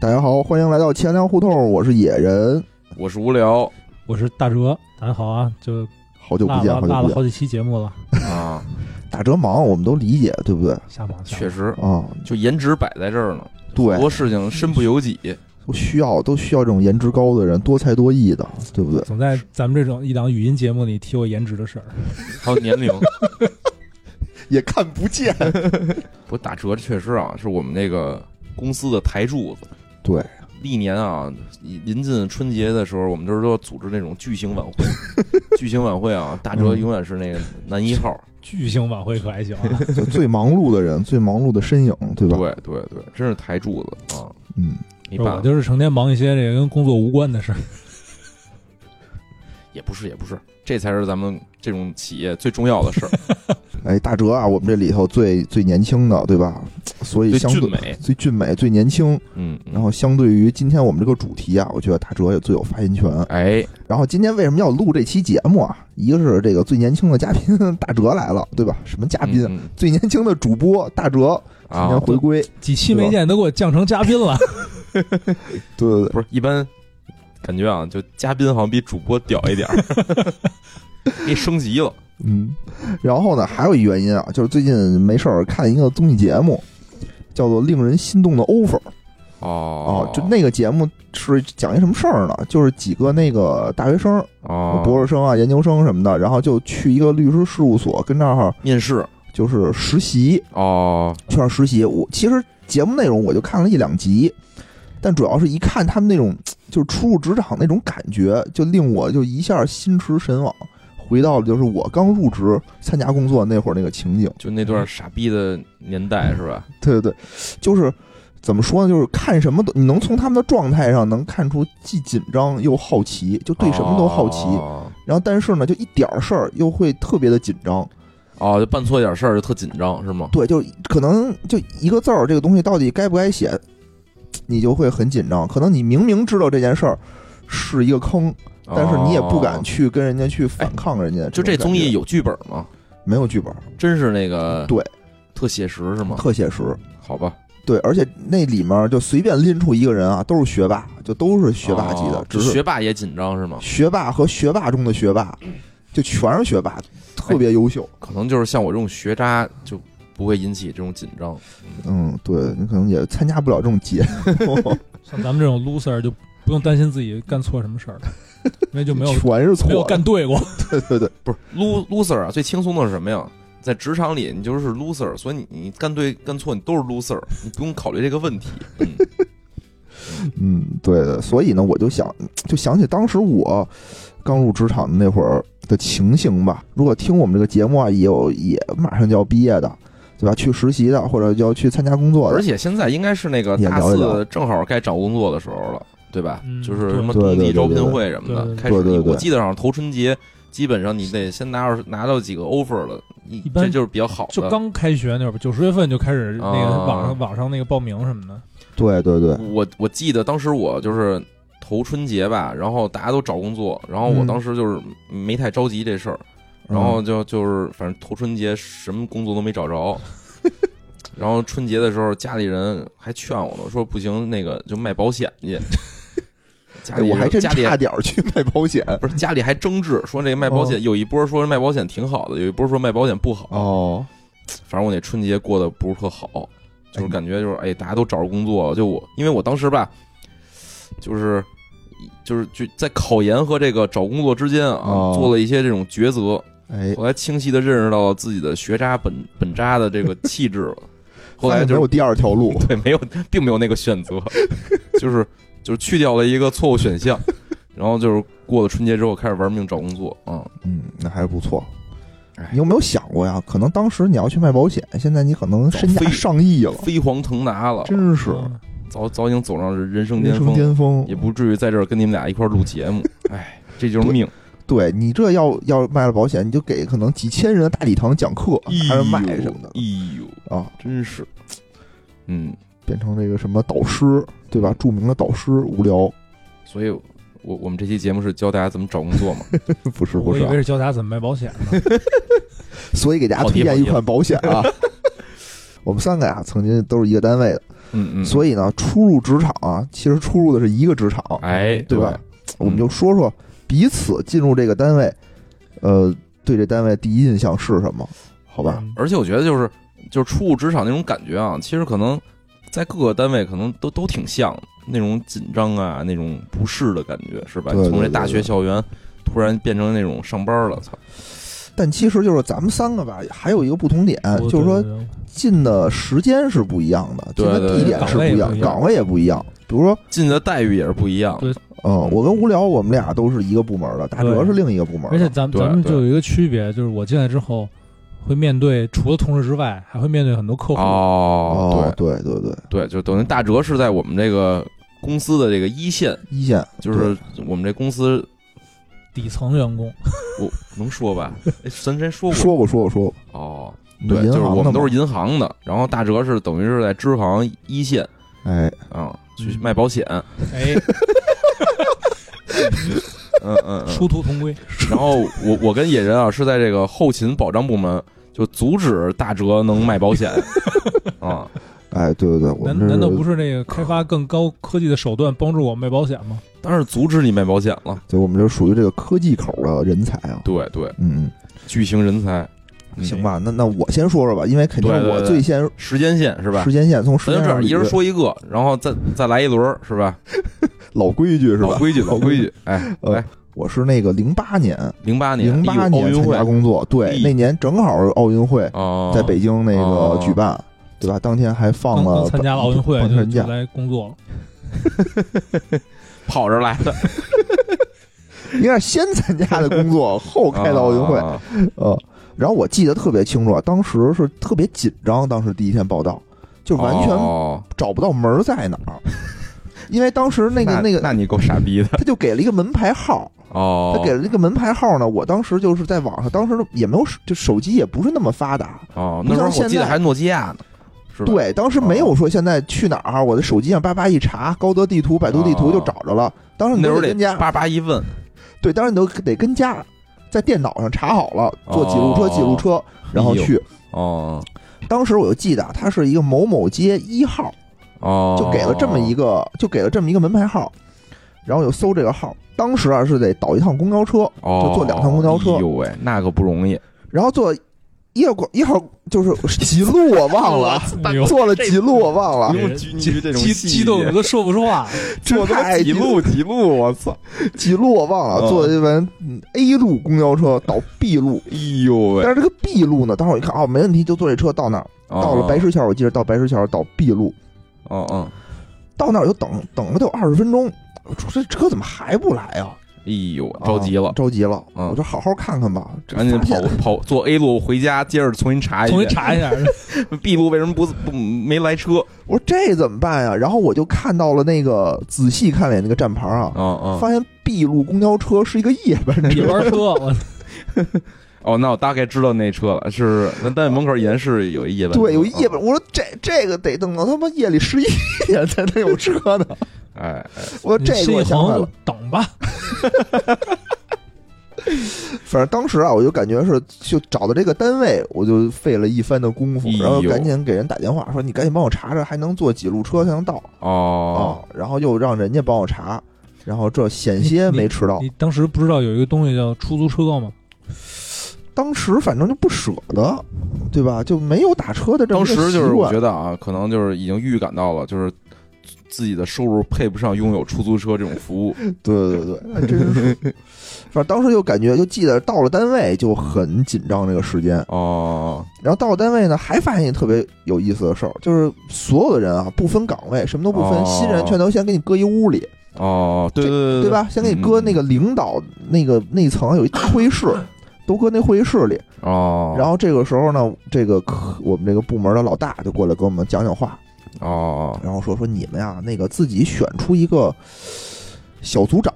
大家好，欢迎来到钱粮胡同，我是野人，我是无聊我是大哲，大家好啊，就好久不落见，好了落久不了见。好几期节目了，啊，打折忙，我们都理解，对不对？下榜下确榜实， 啊，就颜值摆在这儿呢，对很，多事情身不由己。都需要都需要这种颜值高的人，多才多艺的，对不对？总在咱们这种一档语音节目里提我颜值的事儿，还有年龄， 也看不见。不打折确实啊，是我们这个公司的台柱子。对，历年啊，临近春节的时候，我们都是说组织那种巨型晚会， 巨型晚会啊，大哲嗯永远是那个男一号。巨星晚会可还行啊， 就最忙碌的 人，最忙碌的身影，对吧？对对对，真是台柱子啊！嗯，没我办法，就是成天忙一些这个跟工作无关的事儿，也不是也不是，这才是咱们这种企业最重要的事儿，哎，大哲啊，我们这里头最最年轻的，对吧？所以最相俊对美。最俊美、最年轻，嗯，嗯然后相对于今天我们这个主题啊，我觉得大哲也最有发言权。哎，然后今天为什么要录这期节目啊？一个是这个最年轻的嘉宾 大哲来了，对吧？什么嘉宾？啊嗯最年轻的主播大哲嗯今年啊，回归，几期没见都给我降成嘉宾了， 对对对，不是一般，感觉啊，就嘉宾好像比主播屌 一点儿，给升级了。嗯。然后呢，还有一原因啊，就是最近没事儿看一个综艺节目，叫做《令人心动的 offer》哦啊，就那个节目是讲一什么事儿呢？就是几个那个大学生、哦，博士生啊、研究生什么的，然后就去一个律师事务所跟那儿面试就是实习，哦，去那儿实习。我其实节目内容我就看了一两集，但主要是一看他们那种就是初入职场那种感觉，就令我就一下心驰神往，回到了就是我刚入职参加工作那会儿那个情景。就那段傻逼的年代是吧？对对对，就是。怎么说呢？就是看什么都，你能从他们的状态上能看出既紧张又好奇，就对什么都好奇。哦然后，但是呢，就一点儿事儿又会特别的紧张。哦，就办错一点事儿就特紧张是吗？对，就是可能就一个字儿，这个东西到底该不该写，你就会很紧张。可能你明明知道这件事儿是一个坑，但是你也不敢哦。哎去跟人家去反抗人家。就这这种综感觉艺有剧呃本吗？没有剧本，真是那个对，特写实是吗？特写实。好吧，对，而且那里面就随便拎出一个人啊，都是学霸，就都是学霸级的，哦只就是学霸也紧张是吗？学霸和学霸中的学霸，就全是学霸，特别优秀。可能就是像我这种学渣就不会引起这种紧张。嗯，对你可能也参加不了这种节目，像咱们这种 loser 就不用担心自己干错什么 事儿了，因为就没有全是错没有的。干对过，对对对，不是 lo loser 啊，最轻松的是什么呀？在职场里，你就是 loser，所以你你干对干错，你都是 loser，你不用考虑这个问题。嗯，嗯，对的，所以呢，我就想，就想起当时我刚入职场的那会儿的情形吧。如果听我们这个节目啊，也有也马上就要毕业的，对吧？去实习的，或者就要去参加工作而的，且现在应该是那个也大聊一聊四正好该找工作的时候了，对吧？嗯就是什么对冬对对季招对聘对会什么对的对开始对对你，对我记得好像头春节，基本上你得先拿着拿到几个 offer 了，你一般这就是比较好就的。刚开学那会儿，九十月份就开始那个啊网上网上那个报名什么的，对对对，我我记得当时我就是头春节吧，然后大家都找工作，然后我嗯当时就是没太着急这事儿，然后嗯就就是反正头春节什么工作都没找着， 然后春节的时候家里人还劝我呢，说不行，那个就卖保险去。 家哎，里我还真家里差点儿去卖保险不是家里还争执，说这卖保险、有一波说卖保险挺好的，有一波说卖保险不好。哦。反正我那春节过得不是特好，就是感觉就是哎，大家都找着工作了，就我，因为我当时吧，就是就是就在考研和这个找工作之间啊，哦做了一些这种抉择。哎，后来清晰的认识到了自己的学渣本本渣的这个气质了。后发来现就没有是第二条路，对没有，并没有那个选择，就是就是去掉了一个错误选项，然后就是过了春节之后开始玩命找工作啊、嗯，那还是不错哎。你有没有想过呀？可能当时你要去卖保险，现在你可能早身价飞上亿了，飞哦黄腾达了，真是嗯早早已经走上人生人巅生峰，巅峰，也不至于在这儿跟你们俩一块儿录 节目。哎，这就是命，对你这要要卖了保险，你就给可能几千人的大礼堂讲课，还是卖什么的哎呦，啊，真是，嗯，变成这个什么导师，对吧？著名的导师无聊，所以我我们这期节目是教大家怎么找工作嘛。不是不我是以啊为，是教大家怎么卖保险呢， 啊所以给大家推荐一款保险啊。我们三个呀、曾经都是一个单位的，嗯嗯，所以呢，初入职场啊，其实初入的是一个职场，嗯哎，对吧？我们就说说彼此进入这个单位，呃，对这单位第一印象是什么？好嗯吧，而且我觉得就是就是初入职场那种感觉啊，其实可能在各个单位可能都都挺像那种紧张啊，那种不适的感觉，是吧？对对从这对大学对校园突然变成那种上班了，操！但其实就是咱们三个吧，还有一个不同点，我哎就是说对对对进的时间是不一样的，进对的对地对点是不一样，岗位也不一样岗位也不一样。比如说，进的待遇也是不一样。对嗯，我跟无聊，我们俩都是一个部门的，大哲对是另一个部门而且的，咱们对咱们对就有一个区别，就是我进来之后会面对除了同事之外，还会面对很多客户。哦哦，，对对对，对对，就等于大哲是在我们这个公司的这个一线，一线就是我们这公司，底层员工，我能说吧？哎咱真说过说过说过说过，哦，你对，们银就是行我的们嘛都是银行的，然后大哲是等于是在支行一线哎，啊，去嗯卖保险，哎，嗯嗯嗯。殊途同归。然后我我跟野人啊是在这个后勤保障部门，就阻止大哲能卖 保险啊。哎，对对对，我难们这难道不是？是那个开发更高科技的手段帮助我们卖保险吗？当然阻止你卖保险了，对，我们这属于这个科技口的人才啊，对对，嗯巨型人才，嗯，行吧，那那我先说说吧，因为肯定对对我对最先时间线是吧时？间线从时咱就间这样，上一人说一个，然后再再来一轮儿，是吧？老规矩是老吧？规矩，老规矩。哎，呃来，我是那个零八年，零八年，零八哎呦奥年运参会加工作，哎对，呦那年正好是奥运会哦，在北京那哦个举办，对吧？当天还放刚了刚参加了奥运会放就放就假，来工作了，跑着来的，应该是先参加的工 作，后开的奥运会，啊呃，然后我记得特别清楚，啊当时是特别紧张，当时第一天报道就完全哦找不到门儿在哪儿， 因为当时那那个那个那你够傻逼的他就给了一个门牌号，哦。他给了一个门牌号呢，我当时就是在网上，当时也没有手就手机也不是那么发达，哦，不那时候像我现记得在还诺基亚呢，是吧？哦对，当时没有说现在去哪儿，我的手机上叭叭一查，高德地图、百度地图就找着了。当时你哦那都时候得得跟家，叭叭一问，对，当时你都得跟家，在电脑上查好了，坐几路车、哦几路车，然后去。哎哦当时我就记得啊它是一个某某街一号，哦，就给了这么一个，就给了这么一个门牌号，然后就搜这个号。当时啊是得倒一趟公交车，哦，就坐两趟公交车哎呦喂，那可不容易，然后坐一号一号就是几路我忘了哎呦，坐了几路我忘了不，用拘泥于这种激细激动节的都说不出话。这坐他妈太几路几路，我操！几路我忘了，嗯坐这完 A 路公交车到 B 路，哎呦但是喂，这个 B 路呢，当时我一看，哦，没问题，就坐这车到那儿，到了白石桥，我记得到白石桥到 B 路，哦，哦哦，到那儿我就等等了得有二十分钟，我说这车怎么还不来啊？哎呦喂，啊着急了，着急了，嗯我就好好看看吧，这赶紧发跑现跑坐 A 路回家，接着重新哎查一重新遍查一下， B 路为什么不不没来车？我说这怎么办呀？然后我就看到了那个仔细看了眼那个站牌啊，哦哦发现 B 路公交车是一个夜班里车，边 车，我哦，那我大概知道那车了，是那单位门口严是有一夜班车，对，有一夜班，哦，我说这这个得等到他妈夜里十一点才能有车呢。哎哎，我你说这心个一我想起来了横，，等吧。反正当时啊，我就感觉是就找到这个单位，我就费了一番的功夫哎，呦然后赶紧给人打电话说，你赶紧帮我查查还能坐几路车才能到哦啊，然后又让人家帮我查，然后这险些没迟到你。当时不知道有一个东西叫出租车吗？当时反正就不舍得，对吧？就没有打车的这么当一个时就习是我惯。觉得啊，可能就是已经预感到了，就是自己的收入配不上拥有出租车这种服务。对对对，那真是。 反正当时就感觉，就记得到了单位就很紧张这个时间，哦，然后到了单位呢，还发现一特别有意思的事儿，就是所有的人啊，不分岗位，什么都不分，哦新人全都先给你搁一屋里，哦，对对对吧？先给你搁那个领导那个那层啊有一大会议室，都搁那会议室里。哦，然后这个时候呢，这个科我们这个部门的老大就过来给我们讲讲话，哦然后说说你们呀，那个自己选出一个小组长，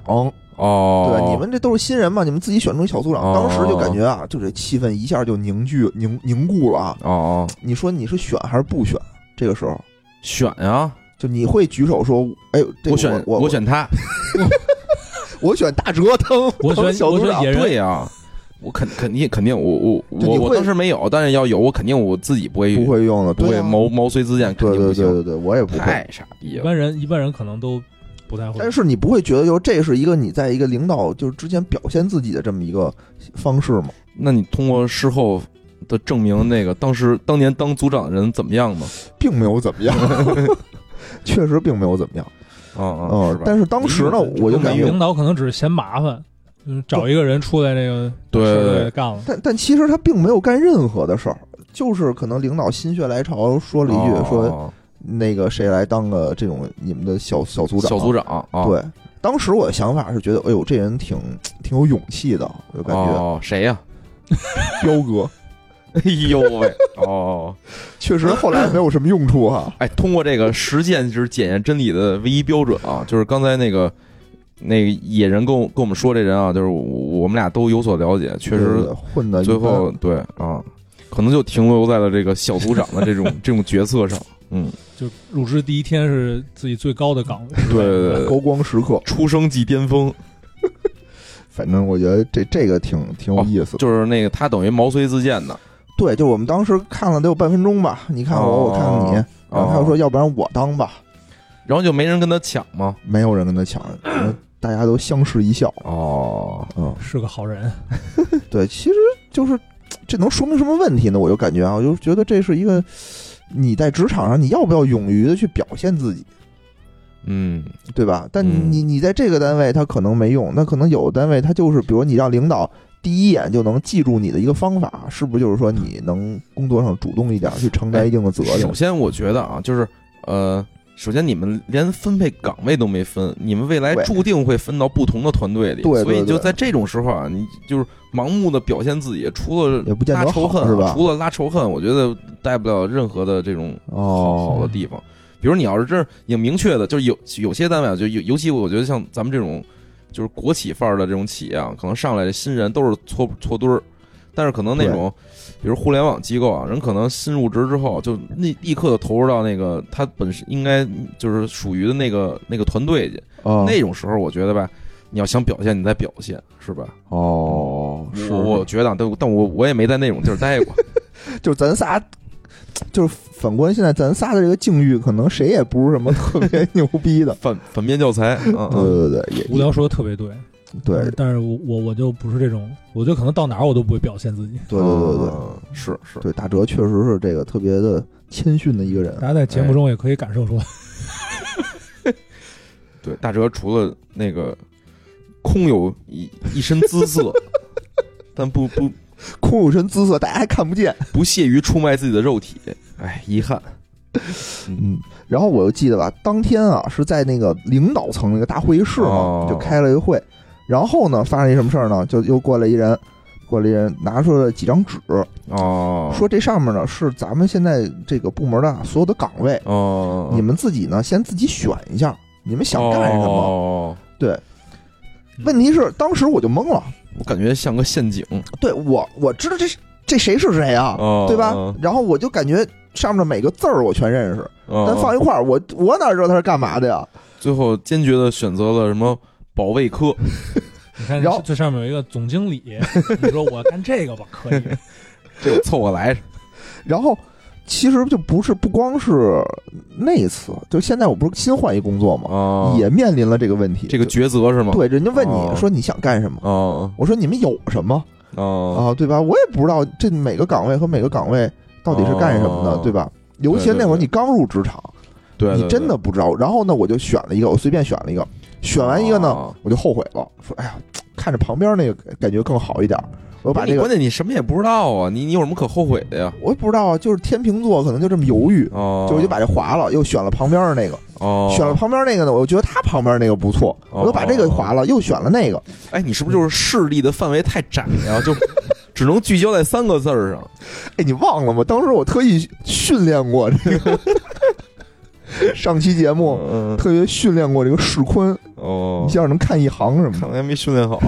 哦，对吧？你们这都是新人嘛，你们自己选出一小组长。哦当时就感觉啊，就这气氛一下就凝聚凝凝固了啊。哦哦你说你是选还是不选？这个时候。选呀，就你会举手说，哎呦，这个选我选他，我选大哲当我当选小我组选长野，人，对呀，我肯肯定肯定，我我就你我我会当时没有，但是要有，我肯定我自己不会不会用的，不对会啊毛毛遂自荐，肯对定不对行对，对对，我也不会。太傻逼一了。般人一般人可能都不太会。但是你不会觉得，就这是一个你在一个领导就是之前表现自己的这么一个方式吗？那你通过事后的证明，那个当时当年当组长的人怎么样吗？并没有怎么 样， 确实并没有怎么样。啊啊，嗯是，吧？但是当时呢，你你我就你感没觉用领导可能只是嫌麻烦，嗯，找一个人出来这个对对事儿给对，干了。但但其实他并没有干任何的事儿，就是可能领导心血来潮说了一句，说哦那个谁来当个这种你们的小小组长。小组长啊，对，当时我的想法是觉得，哎呦，这人挺挺有勇气的，我就感觉哦，谁呀？ 彪哥哎呦喂，哦，确实后来没有什么用处哈。哎，通过这个实践就是检验真理的唯一标准啊，就是刚才那个。那个野人跟我跟我们说，这人啊，就是我我们俩都有所了解，确对对实对混的，最后对啊，可能就停留在了这个小组长 的这种这种角色上。嗯，就入职第一天是自己最高的岗位，对对对对，高光时刻，出生即巅峰，反正我觉得这这个挺挺有意思的。就是那个他等于毛遂自荐的。哦对，就是我们当时看了得有半分钟吧，你看哦我，我看看你，然后他就说，哦，要不然我当吧，然后就没人跟他抢吗？没有人跟他 抢，然后大家都相视一笑。哦，嗯，是个好人。对，其实就是这能说明什么问题呢？我就感觉啊，我就觉得这是一个你在职场上你要不要勇于的去表现自己，嗯，对吧？但嗯你你在这个单位他可能没用，那可能有的单位他就是，比如你让领导。第一眼就能记住你的一个方法，是不是就是说你能工作上主动一点，去承担一定的责任哎首？先我觉得啊，就是呃，首先你们连分配岗位都没分，你们未来对注定会分到不同的团队里，对对所以对就在这种时候啊，你就是盲目的表现自己，除了也不见拉得仇恨好，啊是吧？除了拉仇恨，我觉得带不了任何的这种好好哦的地方。比如你要是真是有明确的，就是有有些单位啊，就尤尤其我觉得像咱们这种就是国企范儿的这种企业啊，可能上来的新人都是搓搓堆儿，但是可能那种比如互联网机构啊，人可能新入职之后就立立刻的投入到那个他本身应该就是属于的那个那个团队去。啊那种时候，我觉得吧，你要想表现，你再表现是吧？哦我我觉得啊，但但我我也没在那种地儿待过， 就咱仨，就是反观现在咱仨的这个境遇，可能谁也不是什么特 别牛逼的。反反面教材，嗯对嗯，对对，也无聊说的特别对，对但对是但是我我我就不是这种，我就可能到哪儿我都不会表现自己。对对对嗯，是是。对，大哲确实是这个特别的谦逊的一个人大。啊家在节目中也可以感受出来，对，大哲除了那个空有一一身姿色，但不不空有身姿色，大家还看不见。不屑于出卖自己的肉体，哎，遗憾。嗯，然后我又记得吧，当天啊是在那个领导层那个大会议室嘛哦，就开了一个会。然后呢，发生一什么事儿呢？就又过来一人，过来一人拿出了几张纸，哦，说这上面呢是咱们现在这个部门的啊所有的岗位，哦，你们自己呢先自己选一下，你们想干什么？哦，对嗯，哎问题是当时我就懵了，我感觉像个陷阱，对我我知道这是这谁是谁啊，哦对吧哦？然后我就感觉上面的每个字儿我全认识，哦、但放一块儿，我我哪知道他是干嘛的呀？最后坚决的选择了什么保卫科，嗯你看然后这这上面有一个总经理，你说我干这个吧，可 以。这凑合来，然后其实就不是不光是那一次，就现在我不是新换一工作 嘛，哦，也面临了这个问题。这个抉择是吗？，对，人家问哦你说你想干什么？哦我说你们有什么？哦，啊，对吧？我也不知道这每个岗位和每个岗位到底是干什么的，哦对吧？尤其对是对那会儿对你刚入职场，对对你真的不知道。然后呢，我就选了一个，我随便选了一个，选完一个呢，哦我就后悔了，说哎呀，看着旁边那个感觉更好一点儿，我把不是这你关个键你什么也不知道啊，你你有什么可后悔的呀？我也不知道啊，就是天秤座可能就这么犹豫，哦，就我就把这划了，又选了旁边的那个，哦选了旁边那个呢，我觉得他旁边那个不错，哦我又把这个划了，又选了那个。哎，你是不是就是视力的范围太窄 呀、就只能聚焦在三个字儿上？哎，你忘了吗？当时我特意训练过这 个。上期节目，嗯，特别训练过这个视坤，哦一，下能看一行什么的。看来没训练好。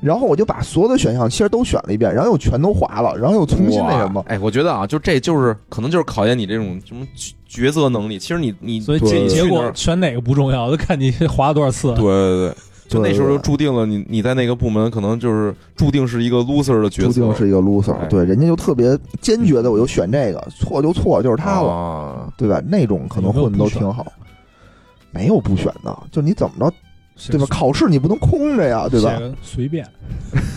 然后我就把所有的选项其实都选了一遍，然后又全都划了，然后又重新那什么哇。哎，我觉得啊，就这就是可能就是考验你这种什么抉抉择能力。其实你你所以对结结去哪果儿选哪个不重要，就看你划了多少次。对对对，就那时候对就对对注定了你你在那个部门可能就是注定是一个 loser 的角注色，定是一个 loser，、哎对，人家就特别坚决的，我就选这个，错就错，就是他了，啊，对吧？那种可能有没有混的都不选挺好，没有不选的，就你怎么着，写对吧？考试你不能空着呀，对写吧？个随便，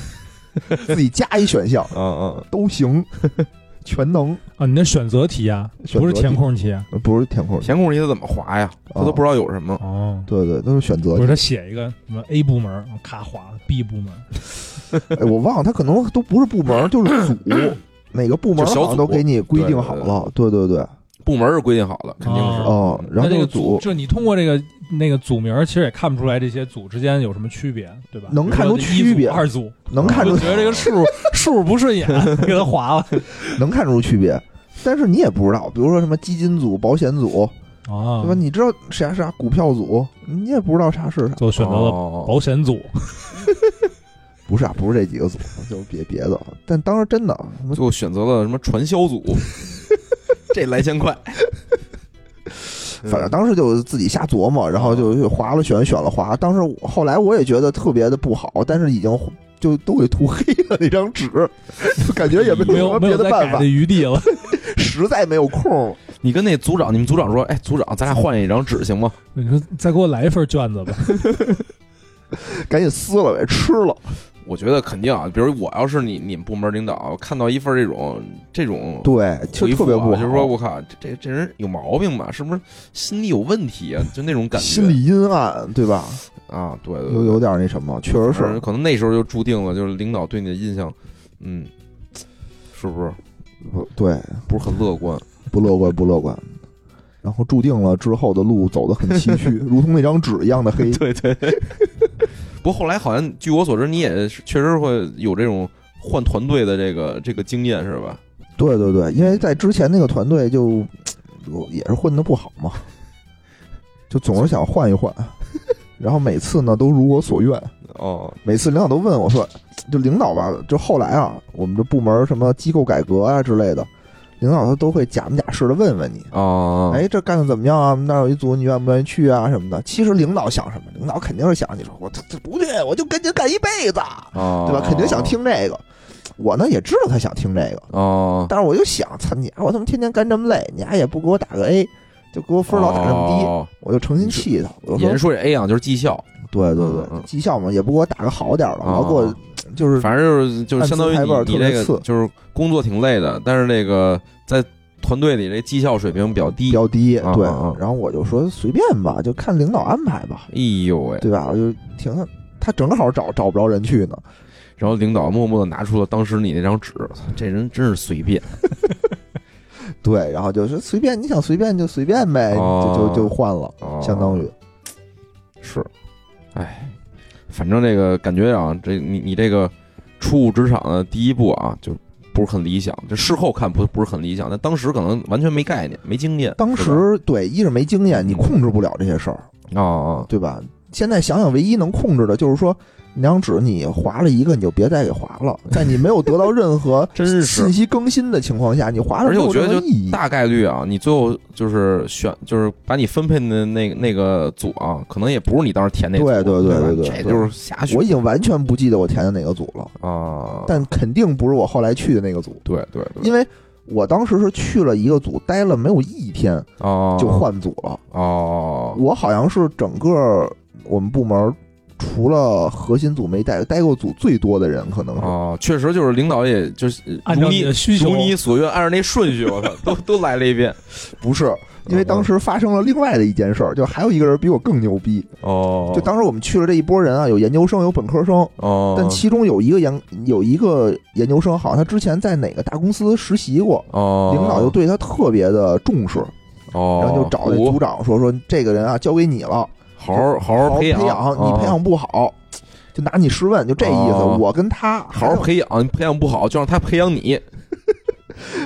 自己加一选项嗯嗯，都行， 全能，啊，你那选择题啊，选择题不是填空题啊。呃不是填空题，填空题他怎么划呀？啊他都不知道有什么。哦，对对，都是选择不题是，他写一个什么 A 部门，咔划了 B 部门，哎，我忘了，他可能都不是部门，就是 组，每个部门就小好像都组给你规定好了，对对对，部门是规定好了，肯定是。哦，然后那这这个个组就你通过这个那个组名儿，其实也看不出来这些组之间有什么区别，对吧？能看出比如说这一区别组二组啊能看出就觉得这个数数不顺眼，给它划了。 能看出区别，但是你也不知道，比如说什么基金组、保险组，啊对吧？你知道啥啥股票组，你也不知道啥是啥，就选择了哦保险 组，不是啊，不是这几个组， 就别别的。但当时真的，什么最后选择了什么传销 组，这来钱 快。反嗯正当时就自己瞎琢磨，然后哦就就划了选，选了划。当时我后来我也觉得特别的不好，但是已经就都给涂黑了那张纸， 就感觉也没没有什么哎没别有的再办改法的，余地 了。实在没有空了。你跟那组长，你们组长说，哎，组长，咱俩换一张纸行吗？你说再给我来一份卷子吧， 赶紧撕了呗，吃哦了。我觉得肯定啊，比如我要是你你们部门领导，看到一份这种这种对，其回实复特啊别不好，就是说我靠，这这这人有毛病吧？是不是心理有问题啊？就那种感觉，心理阴暗，对吧？啊，对对对，有有点那什么，确实反正是。可能那时候就注定了，就是领导对你的印象，嗯，是不是不对，不是很乐观？不乐观，不乐观。然后注定了之后的路走得很崎 岖，如同那张纸一样的黑。对 对。不过后来好像据我所知，你也是确实会有这种换团队的这个这个经验是吧？对对对，因为在之前那个团队就我也是混得不好嘛，就总是想换一换，然后每次呢都如我所愿，哦，每次领导都问我说，就领导吧，就后来啊，我们这部门什么机构改革啊之类的，领导他都会假模假式的问问你，哦，哎，这干的怎么样啊？我们那儿有一组，你愿不愿意去啊？什么的。其实领导想什么？领导肯定是想你说我这这不去，我就跟您干一辈子，哦，对吧？肯定想听这个。我呢也知道他想听这个，哦，但是我就想，操你丫，我他妈天天干这么累，你丫也不给我打个 A，就给我分儿老打这么低，嗯哦我就诚心气他。我也就是说，说这 A 啊，就是绩效，对对嗯嗯对，绩效嘛，也不给我打个好点儿的，哦老给我就是反正就是就是相当于按资排辈儿你你特别这个次就是工作挺累的，但是那个在团队里这绩效水平比较低。标低。嗯对嗯嗯，然后我就说随便吧，就看领导安排吧，哎呦喂！对吧？我就挺他正好找找不着人去呢。然后领导默默的拿出了当时你那张纸，这人真是随便。对，然后就是随便你想随便就随便呗，哦就就就换了，哦相当于是，哎，反正这个感觉啊，这你你这个初入职场的第一步啊，就不是很理想。这事后看不不是很理想，但当时可能完全没概念，没经验。当时对一是没经验，你控制不了这些事儿，啊啊，对吧？现在想想，唯一能控制的就是说，那张纸你划了一个，你就别再给划了，在你没有得到任何真 是信息更新的情况下，你划了而且没有我觉得任就何意义。大概率啊，你最后就是选，就是把你分配的那那个组啊，可能也不是你当时填那组，对对对吧对对对这就是瞎选我已经完全不记得我填的哪个组了，啊。但肯定不是我后来去的那个组，对对对，因为我当时是去了一个组，待了没有一天哦，就换组了。哦，我好像是整个我们部门除了核心组没带，待过组最多的人，可能是。哦，确实就是领导也就是按如照你你的需求如你所愿，按照那顺序，我操，都都来了一遍。不是，因为哦当时发生了另外的一件事儿，就还有一个人比我更牛逼。哦，就当时我们去了这一波人啊，有研究生，有本科生，哦，但其中有一个研有一个研究生，好像他之前在哪个大公司实习过，哦，领导就对他特别的重视，哦，然后就找那我组长说说这个人啊，交给你了，好好好好好培养，你培啊养不好，就拿你试问，就这意思。哦我跟他还好有好培养，你培养不好就让他培养你。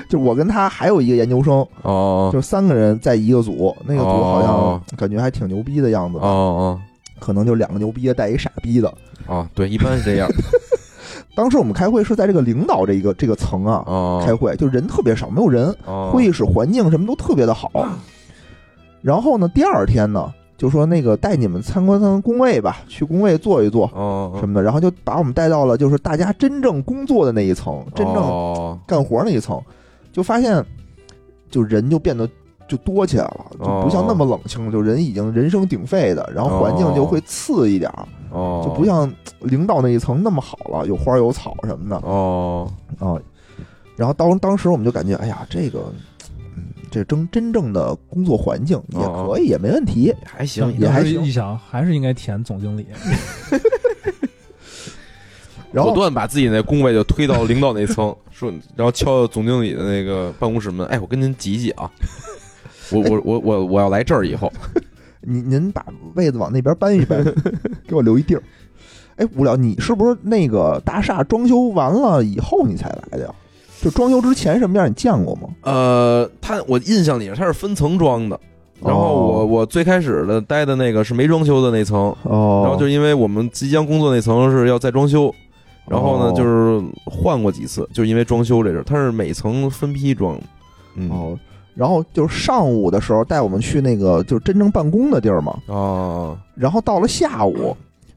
就我跟他还有一个研究生，哦就三个人在一个组，那个组好哦像感觉还挺牛逼的样子哦，哦可能就两个牛逼的带一傻逼的。哦，对，一般是这 样。当时我们开会是在这个领导这一个这个层啊哦，开会，就人特别少，没有人，哦会议室环境什么都特别的好。然后呢，第二天呢，就说那个带你们参观参观工位吧，去工位坐一坐嗯，什么的，然后就把我们带到了就是大家真正工作的那一哦层，真正正干活那一层，就发现就人就变得就多起来了，就哦不像那么冷清了，就人已经人声鼎沸的，然后环境就会次一点儿，哦，就不像领导那一层那么好了，有花有草什么的哦，啊。然后当当时我们就感觉，哎呀，这个。嗯，这真真正的工作环境也哦可以，也没问题。还行，也当还时行一想，还是应该填总经理。然后果断把自己那工位就推到领导那层，说，然后敲敲总经理的那个办公室门，哎，我跟您挤一挤啊， 我我我我我要来这儿以后，您您把位子往那边搬一 搬，给我留一地儿。哎，无聊，你是不是那个大厦装修完了以后你才来的呀？就装修之前什么样你见过吗？呃，他我印象里他是分层装的，然哦后我我最开始的待的那个是没装修的那层，哦，然后就因为我们即将工作那层是要再装修，然后呢哦就是换过几次，就因为装修这事儿，它是每层分批装，嗯哦，然后就是上午的时候带我们去那个就是真正办公的地儿嘛，哦然后到了下午。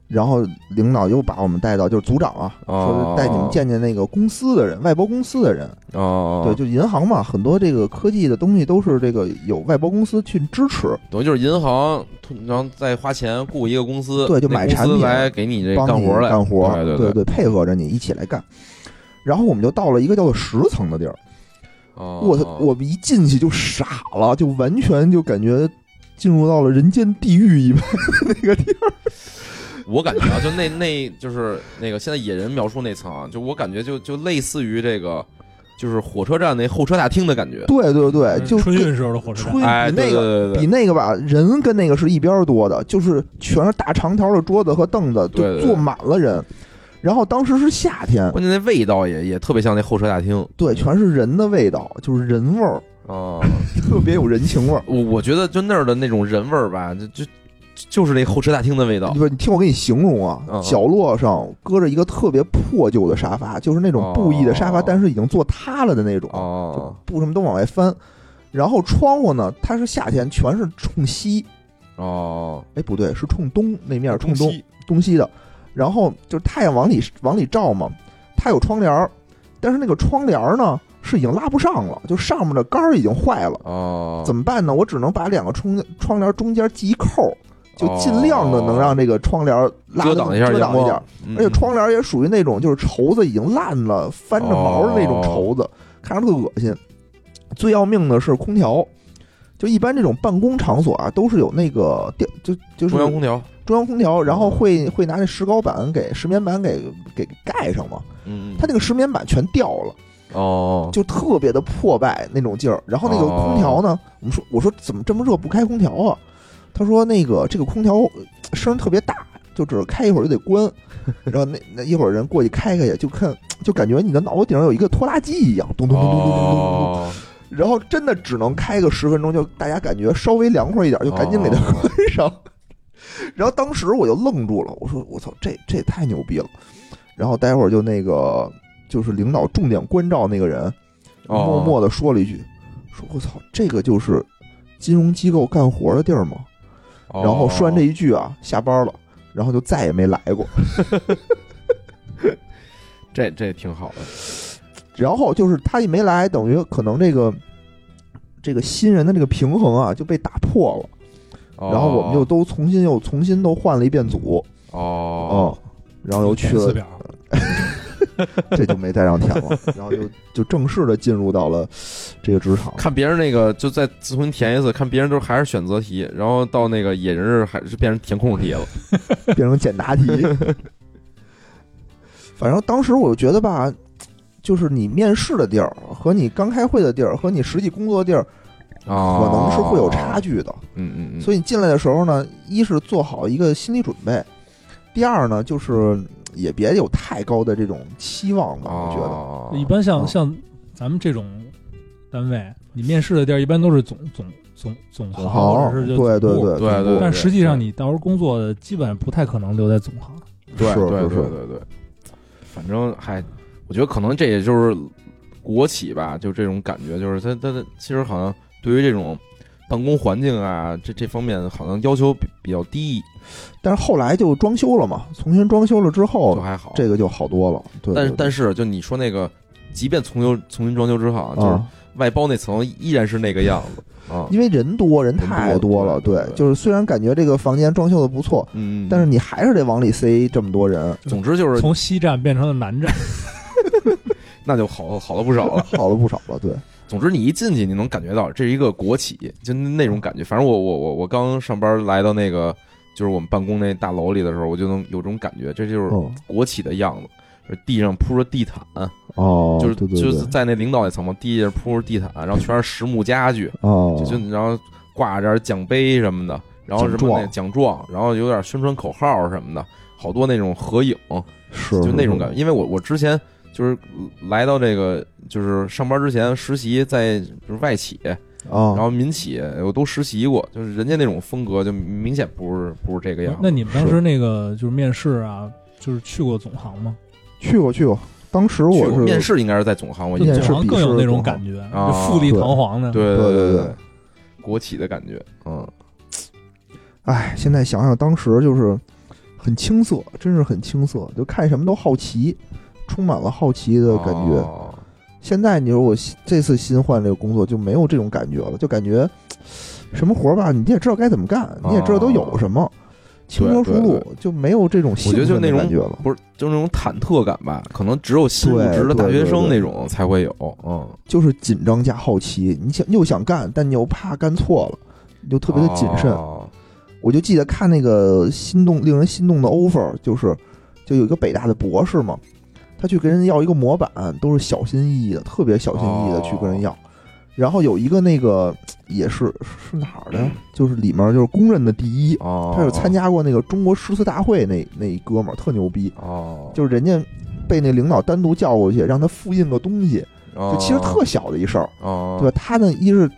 然后领导又把我们带到，就是组长啊，说哦是带你们见见那个公司的人，外包公司的人。哦，对，就银行嘛，很多这个科技的东西都是这个有外包公司去支持。等于就是银行，然后再花钱雇一个公司，对就那买公司产品来给你这帮干你活来干活儿，对对对，配合着你一起来干。然后我们就到了一个叫做十层的地儿，哦我操！我们一进去就傻了，就完全就感觉进入到了人间地狱一般的那个地儿。我感觉啊，就那那就是那个现在野人描述那层啊，就我感觉就就类似于这个，就是火车站那候车大厅的感觉，对对对，哎就春跟运时候的火车站春对哎，比那对对对比对那个吧，人跟那个是一边儿多的，就是全是大长条的桌子和凳子，对对就对坐满了人。然后当时是夏天，关键那味道也也特别像那候车大厅，对，全是人的味道，就是人味儿， 啊，特别有人情味儿。我我觉得就那儿的那种人味儿吧，就就就是那候车大厅的味道，不是，你听我给你形容啊嗯嗯，角落上搁着一个特别破旧的沙发，就是那种布艺的沙发，哦但是已经坐塌了的那种，哦布什么都往外翻。然后窗户呢，它是夏天全是冲西，哦，哎，不对，是冲东那面，冲东西东西的。然后就是太阳往里往里照嘛，它有窗帘儿，但是那个窗帘儿呢是已经拉不上了，就上面的杆儿已经坏了，哦，怎么办呢？我只能把两个窗窗帘中间系一扣儿，就尽量的能让这个窗帘拉哦遮得挡一下遮阳挡一光点儿。，嗯而且窗帘也属于那种就是绸子已经烂了、翻着毛的那种哦绸子，看着特恶心。最要命的是空调，就一般这种办公场所啊，都是有那个电，就就是中央空调，中央空调，然后会嗯会拿那石膏板给石棉板给给盖上嘛。嗯，嗯它那个石棉板全掉了，哦，就特别的破败那种劲儿。然后那个哦空调呢，我们说我说怎么这么热不开空调啊？他说那个这个空调呃声儿特别大，就只是开一会儿就得 关。然后那那一会儿人过去开开去，就看就感觉你的脑袋顶上有一个拖拉机一样，咚咚咚咚咚咚咚咚咚。哦，然后真的只能开个十分钟，就大家感觉稍微凉快一点，就赶紧给它哦推 上。然后当时我就愣住了，我说我操，这这也太牛逼了。然后待会儿就那个就是领导重点关照那个人，哦默默的说了一句：“说我操，这个就是金融机构干活的地儿吗？”哦然后说完这一句啊，下班了，然后就再也没来过。这这挺好的，然后就是他一没来，等于可能这个这个新人的这个平衡啊就被打破了。哦然后我们就都重新又重新都换了一遍组，哦嗯，然后又去了，四表，这就没再让填了。然后就就正式的进入到了这个职场。看别人那个就再重新填一次，看别人都还是选择题，然后到那个野人儿还是变成填空题了，变成简答题。 反正当时我就觉得吧，就是你面试的地儿和你刚开会的地儿和你实际工作地儿，可啊，能是会有差，距的。嗯嗯嗯，所以你进来的时候呢，一是做好一个心理准备，第二呢，就是也别有太高的这种期望吧。啊我觉得，得一般像嗯像咱们这种单位，你面试的地儿一般都是总总总总总行，行或者是就对对总部对对哎对但实际上你到时候工作的基本不太可能留在总行。对是对对是是，对对，反正还我觉得可能这也就是国企吧，就这种感觉，就是他他他其实好像对于这种。办公环境啊，这这方面好像要求比比较低，但是后来就装修了嘛，重新装修了之就后，还好。哦这个就好多了。对，但是但是是就你说那个，即便重修重新装修之后啊，就是啊，外包那层依然是那个样子啊。因为人多人人太多多了，对对对就是虽然感觉这个房间装修的不错，嗯，但是你还是得往里塞这么多人，总之就是从西站变成了南站，那就好好了不少了。好了不少了。对，总之你一进去，你能感觉到这是一个国企，就那种感觉。反正我我我我刚上班来到那个就是我们办公那大楼里的时候，我就能有种感觉，这就是嗯，国企的样子。地上铺着地毯，哦，就是对对就对是，在那领导那层嘛，地上铺着地毯，然后全是实木家具，哦，就就然后挂着点奖杯什么的，然后什么那奖状，然后有点宣传口号什么的，好多那种合影，是就那种觉。感觉。因为我我之前就是来到这个就是上班之前实习在就是外企，啊，然后民企我都实习过，就是人家那种风格就明显不是不是这个样子。那你们当时那个就是面试啊，就是去过总行吗？去过去过，当时去我过是面试应该是在总行，我印面总试象行比更有那总种行感觉，啊就富丽堂皇的。对对对对对，国企的感觉，嗯，哎，现在想想，当时就是很青涩，真是很青涩，就看什么都好奇，充满了好奇的感觉。哦现在你说我新这次新换这个工作就没有这种感觉了，就感觉哎什么活儿吧，你也知道该怎么干，你也知道都有什么，轻车熟哦对路对，就没有这种兴我觉得就奋那的种感觉了。不是，就那种忐忑感吧，可能只有新入职的大学生那种才会有。嗯，就是紧张加好奇，你想又想干，但你又怕干错了，你就特别的谨慎。哦我就记得看那个心动令人心动的 offer，就是就有一个北大的博士嘛，他去跟人要一个模板，都是小心翼翼的，特别小心翼翼的去跟人要。然后有一个那个也是是哪儿的呀，就是里面就是公认的第一，哦，他是参加过那个中国诗词大会那那一哥们儿特牛逼，哦，就是人家被那领导单独叫过去，让他复印个东西，就就其实特小的一事儿，哦，对吧？他呢，一是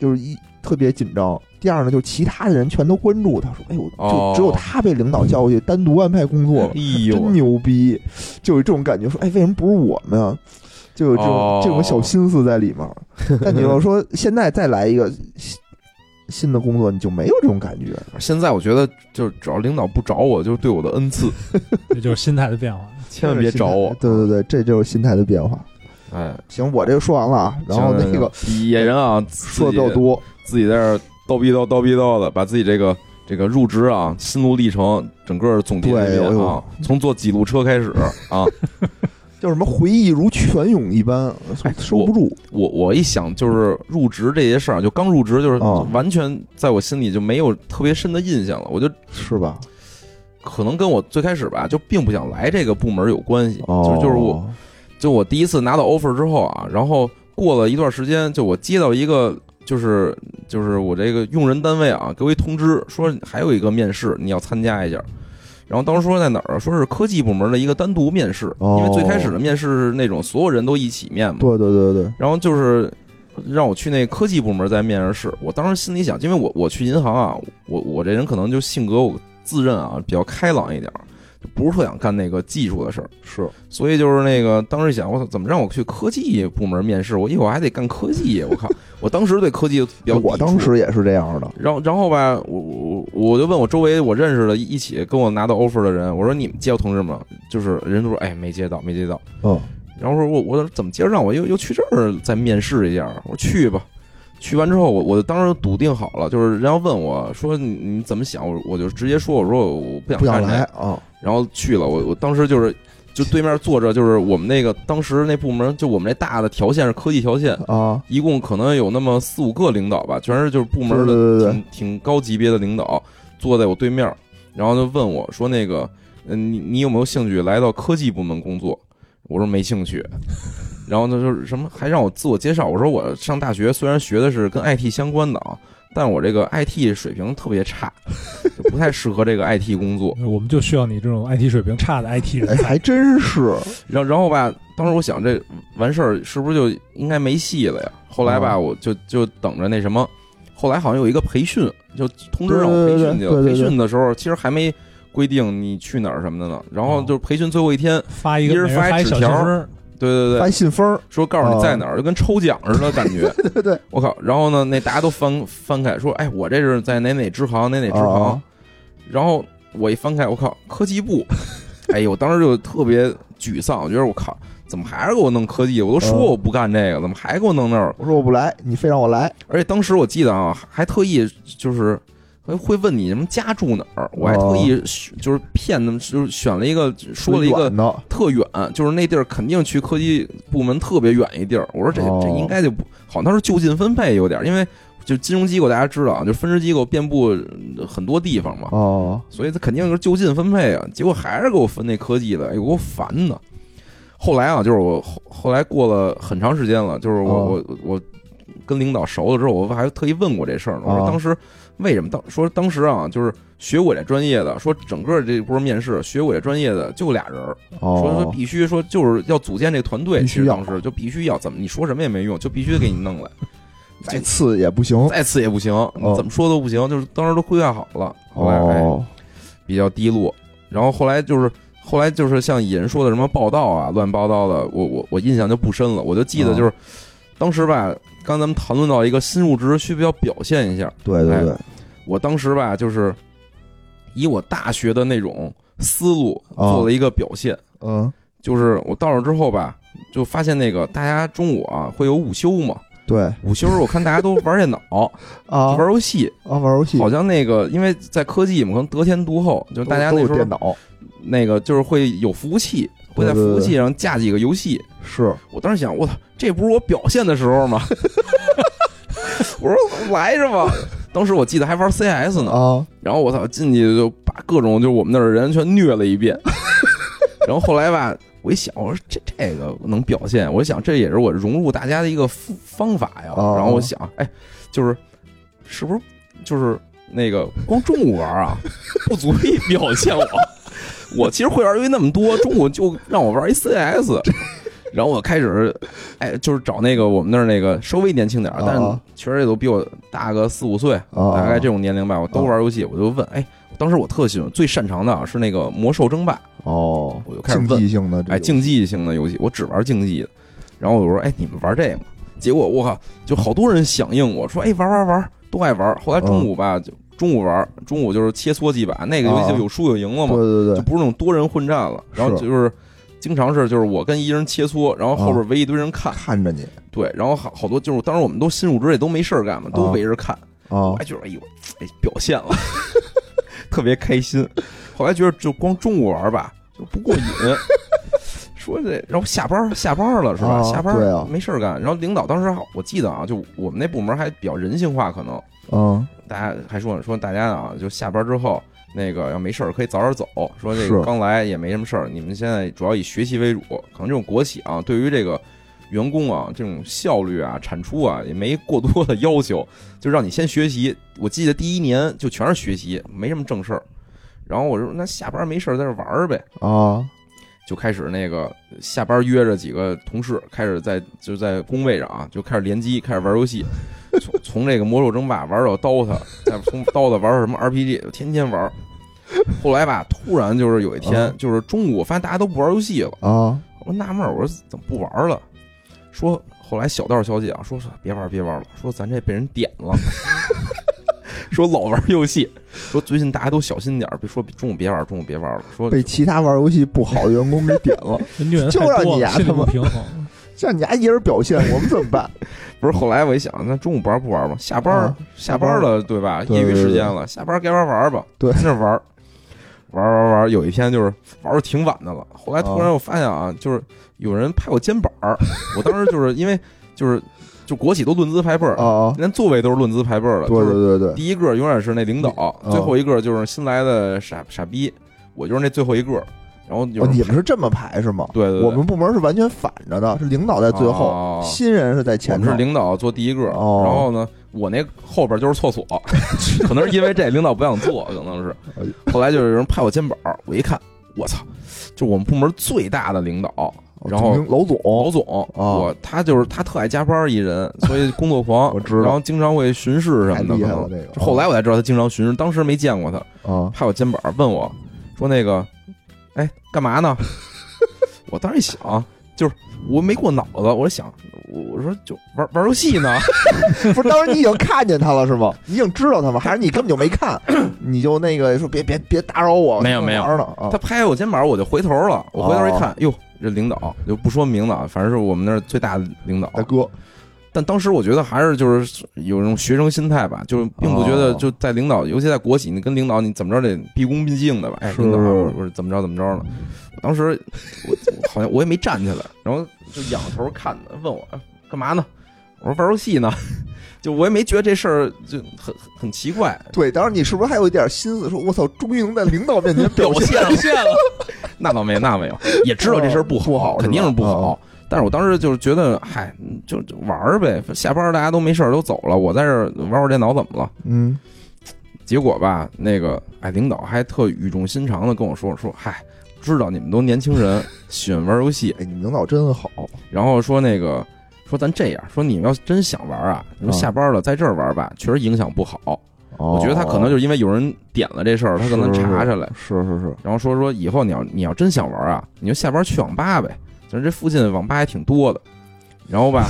就是一特别紧张，第二呢，就是其他的人全都关注他，说：“哎呦，就哦只有他被领导叫过去单独安排工作了，哎呦，真牛逼！”就有这种感觉，说：“哎，为什么不是我们啊？”就有这种、哦这种小心思在里面。但你要说现在再来一个新新的工作，你就没有这种感觉。现在我觉得，就是只要领导不找我，就是对我的 恩赐，这就是心态的变化。千万别找我。对对对，这就是心态的变化。哎，行，我这个说完了啊， 然后那个行野人啊，说的比自己较多，自己在这儿叨逼叨叨逼叨的，把自己这个这个入职啊心路历程整个总结一对哎遍啊呦，从坐几路车开始 啊。叫什么回忆如泉涌一般，呃收不住。哎我我一想就是入职这些事儿，就刚入职就是哦完全在我心里就没有特别深的印象了，我就是吧？可能跟我最开始吧就并不想来这个部门有关系，哦，就就是我就我第一次拿到 offer 之后啊，然后过了一段时间，就我接到一个就是就是我这个用人单位啊给我一通知说还有一个面试你要参加一下。然后当时说在哪儿啊？说是科技部门的一个单独面试，哦因为最开始的面试是那种所有人都一起面嘛，对对对对，然后就是让我去那科技部门再面试。我当时心里想，因为我我去银行啊，我我这人可能就性格我自认啊比较开朗一点儿，就不是特想干那个技术的事儿。是所以就是那个当时想，我操，怎么让我去科技部门面试？我一会儿还得干科技，我靠！我当时对科技比较抵触啊我当。时也是这样的。然后，然后吧，我我我就问我周围我认识的一起跟我拿到 offer 的人，我说你们接到通知吗？就是人都说哎没接到，没接到。嗯，然后说我我怎么接着让我又又去这儿再面试一下？我说去吧。去完之后，我我当时笃定好了，就是人家问我说你你怎么想，我我就直接说我说我我不想不想干这来个啊，然后去了，我我当时就是就对面坐着就是我们那个当时那部门就我们这大的条线是科技条线，啊，一共可能有那么四五个领导吧，全是就是部门的对对对对挺挺高级别的领导坐在我对面儿，然后就问我说：“那个，嗯，你你有没有兴趣来到科技部门工作？”我说没兴趣。然后他就是什么，还让我自我介绍。我说我上大学虽然学的是跟 IT 相关的啊，但我这个 IT 水平特别差，就不太适合这个 IT 工作。我们就需要你这种 IT 水平差的 IT 人哎，还真是然后然后吧，当时我想这完事儿是不是就应该没戏了呀？后来吧，哦我就就等着那什么，后来好像有一个培训，就通知对让我培训去了。对对对培训的时候其实还没哦规定你去哪儿什么的呢。然后就是培训最后一天，发一个一人每人发一发一纸小信条封儿，对 对对，发信封儿，说告诉你在哪儿，就跟抽奖似的感觉。 对对对，我靠！然后呢，那大家都翻翻开，说哎，我这是在哪哪支行，哪哪支行啊。然后我一翻开，我靠，科技部！ 哎呦，我当时就特别沮丧，我觉得我靠，怎么还是给我弄科技？我都说嗯我不干这个，怎么还给我弄那儿？我说我不来，你非让我来，而且当时我记得啊，还特意就是会会问你什么家住哪儿，我还特哦意选就是骗他们，就是选了一个说了一个哦软的，特远，就是那地儿肯定去科技部门特别远一地儿。我说这哦这应该就不好，那时候就近分配有点儿，因为就金融机构大家知道啊，就分支机构遍布呃很多地方嘛，哦，所以他肯定就是就近分配啊。结果还是给我分那科技的，哎呦，给我烦的。后来啊，就是我后后来过了很长时间了，就是我、哦我我跟领导熟了之后，我还特意问过这事儿呢。我说哦当时为什么当说当时啊，就是学我这专业的，说整个这波面试学我这专业的就俩人儿。说说哦，必须说就是要组建这个团队，必其须实要嗯当时就必须要怎么你说什么也没用，就必须得给你弄来，再次也不行，再次也不行，你怎么说都不行，就是当时都规划好了，后来、哎、嗯哦，比较低落，然后后来就是。后来就是像野人说的什么报道啊，乱报道的，我我我印象就不深了。我就哦记得就是，当时吧，刚咱们谈论到一个新入职需不需要表现一下，对对哎对，我当时吧就是以我大学的那种思路哦做了一个表现，嗯，就是我到了之后吧，就发现那个大家中午啊会有午休嘛，对午休我看大家都玩电脑、 啊，玩游戏，啊玩游戏，好像那个因为在科技嘛，可能得天独厚，就都大家都那有时候电脑那个就是会有服务器，会在对对服务对器上架几个游戏。是我当时想，我操，这不是我表现的时候吗？ 我说来着吧，当时我记得还玩 CS 呢，啊，然后我操进去就把各种就是我们那儿人全虐了 一遍，然后后来吧，我一想，我说这这个能表现，我想这也是我融入大家的一个方方法呀。哦然后我想，哎，就是是不是就是那个光中午玩啊，不足以表现我。我其实会玩游戏那么多，中午就让我玩一 CS，然后我开始，哎，就是找那个我们那儿那个稍微年轻点儿，哦但是确实也都比我大个四五岁，哦大概这种年龄吧，我都玩游戏，我就问，哎，当时我特喜欢最擅长的啊是那个魔兽争霸，哦，我就开始竞问技性的这哎，种竞技型的游戏，我只玩竞技的。然后我说，哎，你们玩这个吗？结果我靠，就好多人响应我说，哎，玩玩玩，都爱玩。后来中午吧，就中午玩，中午就是切磋几把，那个游戏就有输有赢了嘛，啊对对就对，不是那种多人混战了。然后是就是经常是就是我跟一人切磋，然后后边围一堆人看，看着你对，然后好好多就是当时我们都新入职也都没事儿干嘛，都啊围着看。啊我还觉得哎呦，哎表现了， 特别开心。后来觉得就光中午玩吧，就不过瘾。 说这，然后下班下班了是吧？啊下班对啊没事儿干。然后领导当时还我记得啊，就我们那部门还比较人性化，可能嗯，大家还说呢说大家啊，就下班之后那个要没事儿可以早点走。说这个是刚来也没什么事儿，你们现在主要以学习为主。可能这种国企啊，对于这个员工啊这种效率啊、产出啊也没过多的要求，就让你先学习。我记得第一年就全是学习，没什么正事儿。然后我说那下班没事儿在这玩儿呗，啊就开始那个下班约着几个同事，开始在就在工位上啊，就开始联机，开始玩游戏， 从从这个魔兽争霸玩到 DOTA，再从 DOTA 玩到什么 RPG，天天玩。后来吧，突然就是有一天嗯，就是中午，我发现大家都不玩游戏了，啊我纳闷儿，我说怎么不玩了？说后来小道消息啊，说是别玩儿别玩儿了，说咱这被人点了， 说老玩儿游戏，说最近大家都小心点儿，别说中午别玩儿，中午别玩儿了，说被其他玩游戏不好的员工给点了，人员就让你呀心里他不妈平衡。像你还一人 表现，我们怎么办？不是，后来我一想，那中午不玩不玩吧？下班、啊下班了，对吧？对业余对时对间了，下班该玩玩吧。对跟着玩儿，玩儿玩儿玩儿。有一天就是玩的挺晚的了，后来突然啊我发现啊，就是有人拍我肩膀儿。我当时就是因为就是就国企都论资排辈儿，啊，连座位都是论资排辈儿的。对就是对对对，第一个永远是那领导，嗯最后一个就是新来的傻傻逼，我就是那最后一个。然后有哦人你拍们是这么排是吗？对对对，啊我们部门是完全反着的，是领导在最后，哦新人是在我前们是头。领导坐第一个，哦然后呢，我那后边就是 厕所，可能是因为这领导不想坐，可能是哎。后来就有人拍我肩膀，我一看，我操，就我们部门最大的领导哦然后总经老老总总，我他就是他特爱加班一人，所以工作 狂，我知道然后经常会巡视太什么厉的。害可了，能这个。哦后来我才知道他经常巡视，当时没见过他， 啊，拍我肩膀问 我说：“那个，哎，干嘛呢？”我当时一想，就是我没过脑子，我想，我说就玩玩游戏呢，不是当时你已经看见他了是吗？ 你已经知道他吗？还是你根本就没 看，你就那个说别别别打扰我，没有没有玩呢啊他！拍我肩膀，我就回头了。我回头哦一看，哟，这领导就不说名字啊，反正是我们那儿最大的领导大。哥，但当时我觉得还是就是有那种学生心态吧，就是并不觉得哦就在领导，尤其在国企，你跟领导你怎么着得毕恭毕敬的吧？哎，是领导，我说怎么着怎么着呢？我当时我我好像我也没站起来，然后就仰着头看他，问我哎干嘛呢？我说玩游戏呢。 就我也没觉得这事儿就很很很奇怪，对，当时你是不是还有一点心思说，我操，终于能在领导面 前表现现了表现了， 哦那倒没，那没有，也知道这事儿不好，不好肯定是是不吧好。哦但是我当时就是觉得，嗨，就就玩儿呗，下班儿大家都没事儿都走了，我在这儿玩会儿电脑怎么了？嗯，结果吧，那个哎，领导还特语重心长的跟我说说，嗨，知道你们都年轻人喜欢玩游戏，哎，你领导真好，然后说那个说咱这样，说你们要真想玩啊，你嗯们啊下班了在这儿玩吧，确实影响不好。我我觉得他可哦能就是因为有人点了这事儿，他可能是是查下来。是是是，然后说说以后你要你要真想玩啊，你就下班去网吧呗，咱这附近网吧还挺多的。然后吧，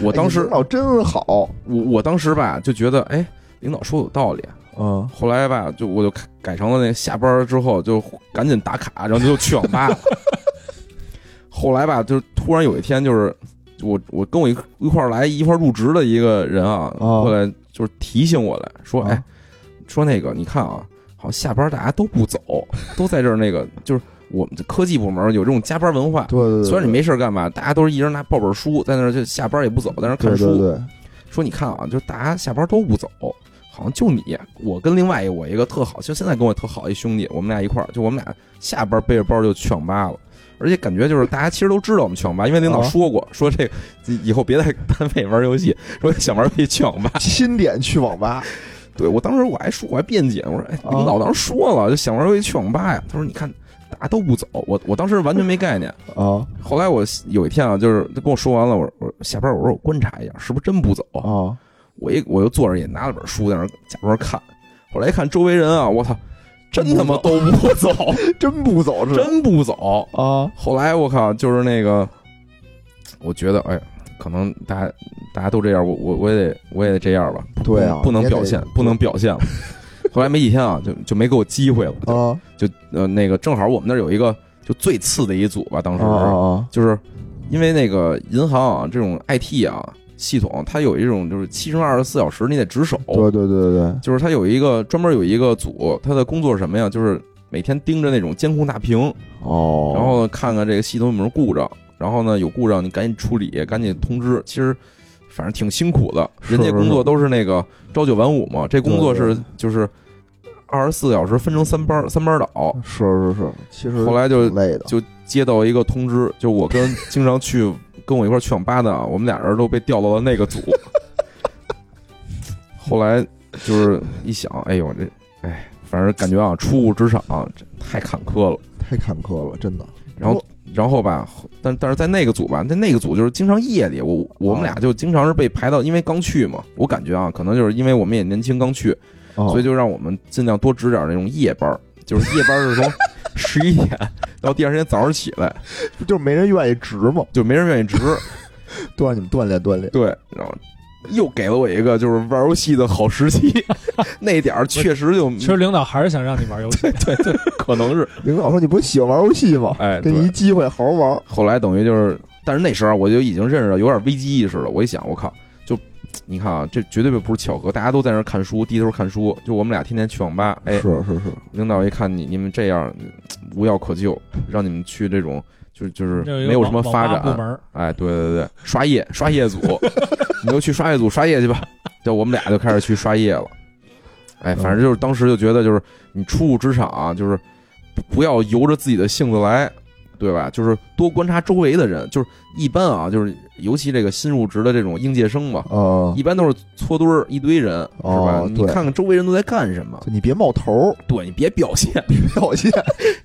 我哎当你时领导真好，我我当时吧就觉得，哎，领导说有道理。啊嗯，后来吧，就我就改改成了那下班之后就赶紧打卡，然后就去网 吧了。后来吧，就是突然有一天，就是我我跟我一一块儿来一块儿入职的一个人啊，哦后来就是提醒我来说，哦哎，说那个你看啊，好像下班大家都不走，都在这儿那个，就是我们这科技部门有这种加班文化。对对对，虽然你没事儿干嘛，大家都是一人拿抱本书在那儿就下班也不走，在那儿看对书。对对，说你看啊，就是大家下班都不走，好像就你，我跟另外一个我一个特好，就现在跟我特好一兄弟，我们俩一块儿，就我们俩下班背着包就去网吧了。而且感觉就是大家其实都知道我们去网吧，因为领导啊说过，说这个以后别在单位玩游戏，说想玩游戏去网吧。钦点去网 吧，对我当时我还说我还辩解，我说哎，啊领导当时说了，就想玩游戏去网吧呀。他说你看大家都不走，我我当时完全没概念。啊后来我有一天啊，就是他跟我说完了，我我下班我说我观察一下，是不是真不走？啊，我一我就坐着也拿了本书在那儿假装看，后来一看周围人啊，我操，真他妈都不 走，真不走是吧真不走。啊，后来我靠，就是那个，我觉得哎，可能大家大家都这样，我我我也得我也得这样吧，不对啊，不能你也得表现，不能表现了。后来没几天啊，就就没给我机会了，啊就呃那个正好我们那儿有一个就最次的一组吧，当啊时、啊就是因为那个银行啊这种 IT 啊系统，它有一种就是七乘二十四小时你得值守，啊，对对对对对，就是它有一个专门有一个组，它的工作是什么呀？就是每天盯着那种监控大屏，哦，然后看看这个系统有没有故障，然后呢有故障你赶紧处理，赶紧通知。其实反正挺辛苦的，是人家是工作都是那个朝九晚五嘛，这工作对对是就是二十四小时分成三班三班倒。是是是，其实后来就挺累的，就接到一个通知，就我跟经常去跟我一块儿去网吧的，啊，我们俩人都被调到了那个组。后来就是一想，哎呦这，哎，反正感觉啊，初入职场、这太坎坷了。太坎坷了，真的。然后，然后吧，但但是在那个组吧，在那个组就是经常夜里，我我们俩就经常是被排到，因为刚去嘛，我感觉啊，可能就是因为我们也年轻刚去，哦所以就让我们尽量多值点那种夜班儿，就是夜班儿是从十一点到第二天早上起来，就是没人愿意值嘛，就没人愿意 值。都让你们锻炼锻炼。对，然后又给了我一个就是玩游戏的好时 机，那点儿确实就其实领导还是想让你玩游戏，对对，可能是领导说你不是喜欢玩游戏吗？哎给你对一。机会好好玩。后来等于就是，但是那时候我就已经认识到有点危机意识了。我一想，我靠，就你看啊，这绝对不是巧合，大家都在那儿看书，低头看书，就我们俩天天去网 吧。哎，是是是，领导一看你你们这样无药可救，让你们去这种就就是这一个没有什么网发网吧部展。门儿哎，对对对，刷夜刷夜组，你就去刷夜组刷夜去吧。就我们俩就开始去刷夜了。哎，嗯反正就是当时就觉得，就是你初入职场啊，就是不要由着自己的性子来，对吧？就是多观察周围的人，就是一般啊，就是尤其这个新入职的这种应届生嘛，呃，一般都是搓堆儿一堆人，是吧？哦你对看看周围人都在干什么，就你别冒头儿 对你别表现，表 现，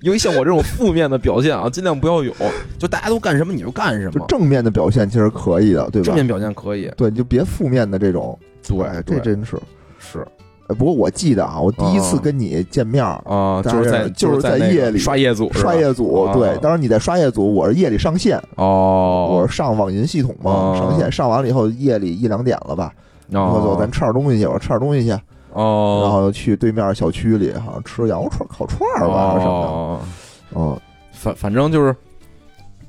尤其像我这种负面的表现啊，尽量不要有。就大家都干什么你就干什就么，正面的表现其实可以的，对吧正？面表现可以，对，你就别负面的这种。对哎，对这真是。是。哎不过我记得啊，我第一次啊跟你见面儿啊，当就是然在就是是在那个夜里刷夜组是吧，刷夜组，啊对，当时你在刷夜组，我是夜里上线，我哦，是上网银系统嘛，啊上线上完了以后，夜里一两点了吧，然然后就咱吃点东西去，我说吃点东西去，然哦，后去对面小区里好像吃羊肉串烤串儿吧还是什么哦，的，嗯反反正就是。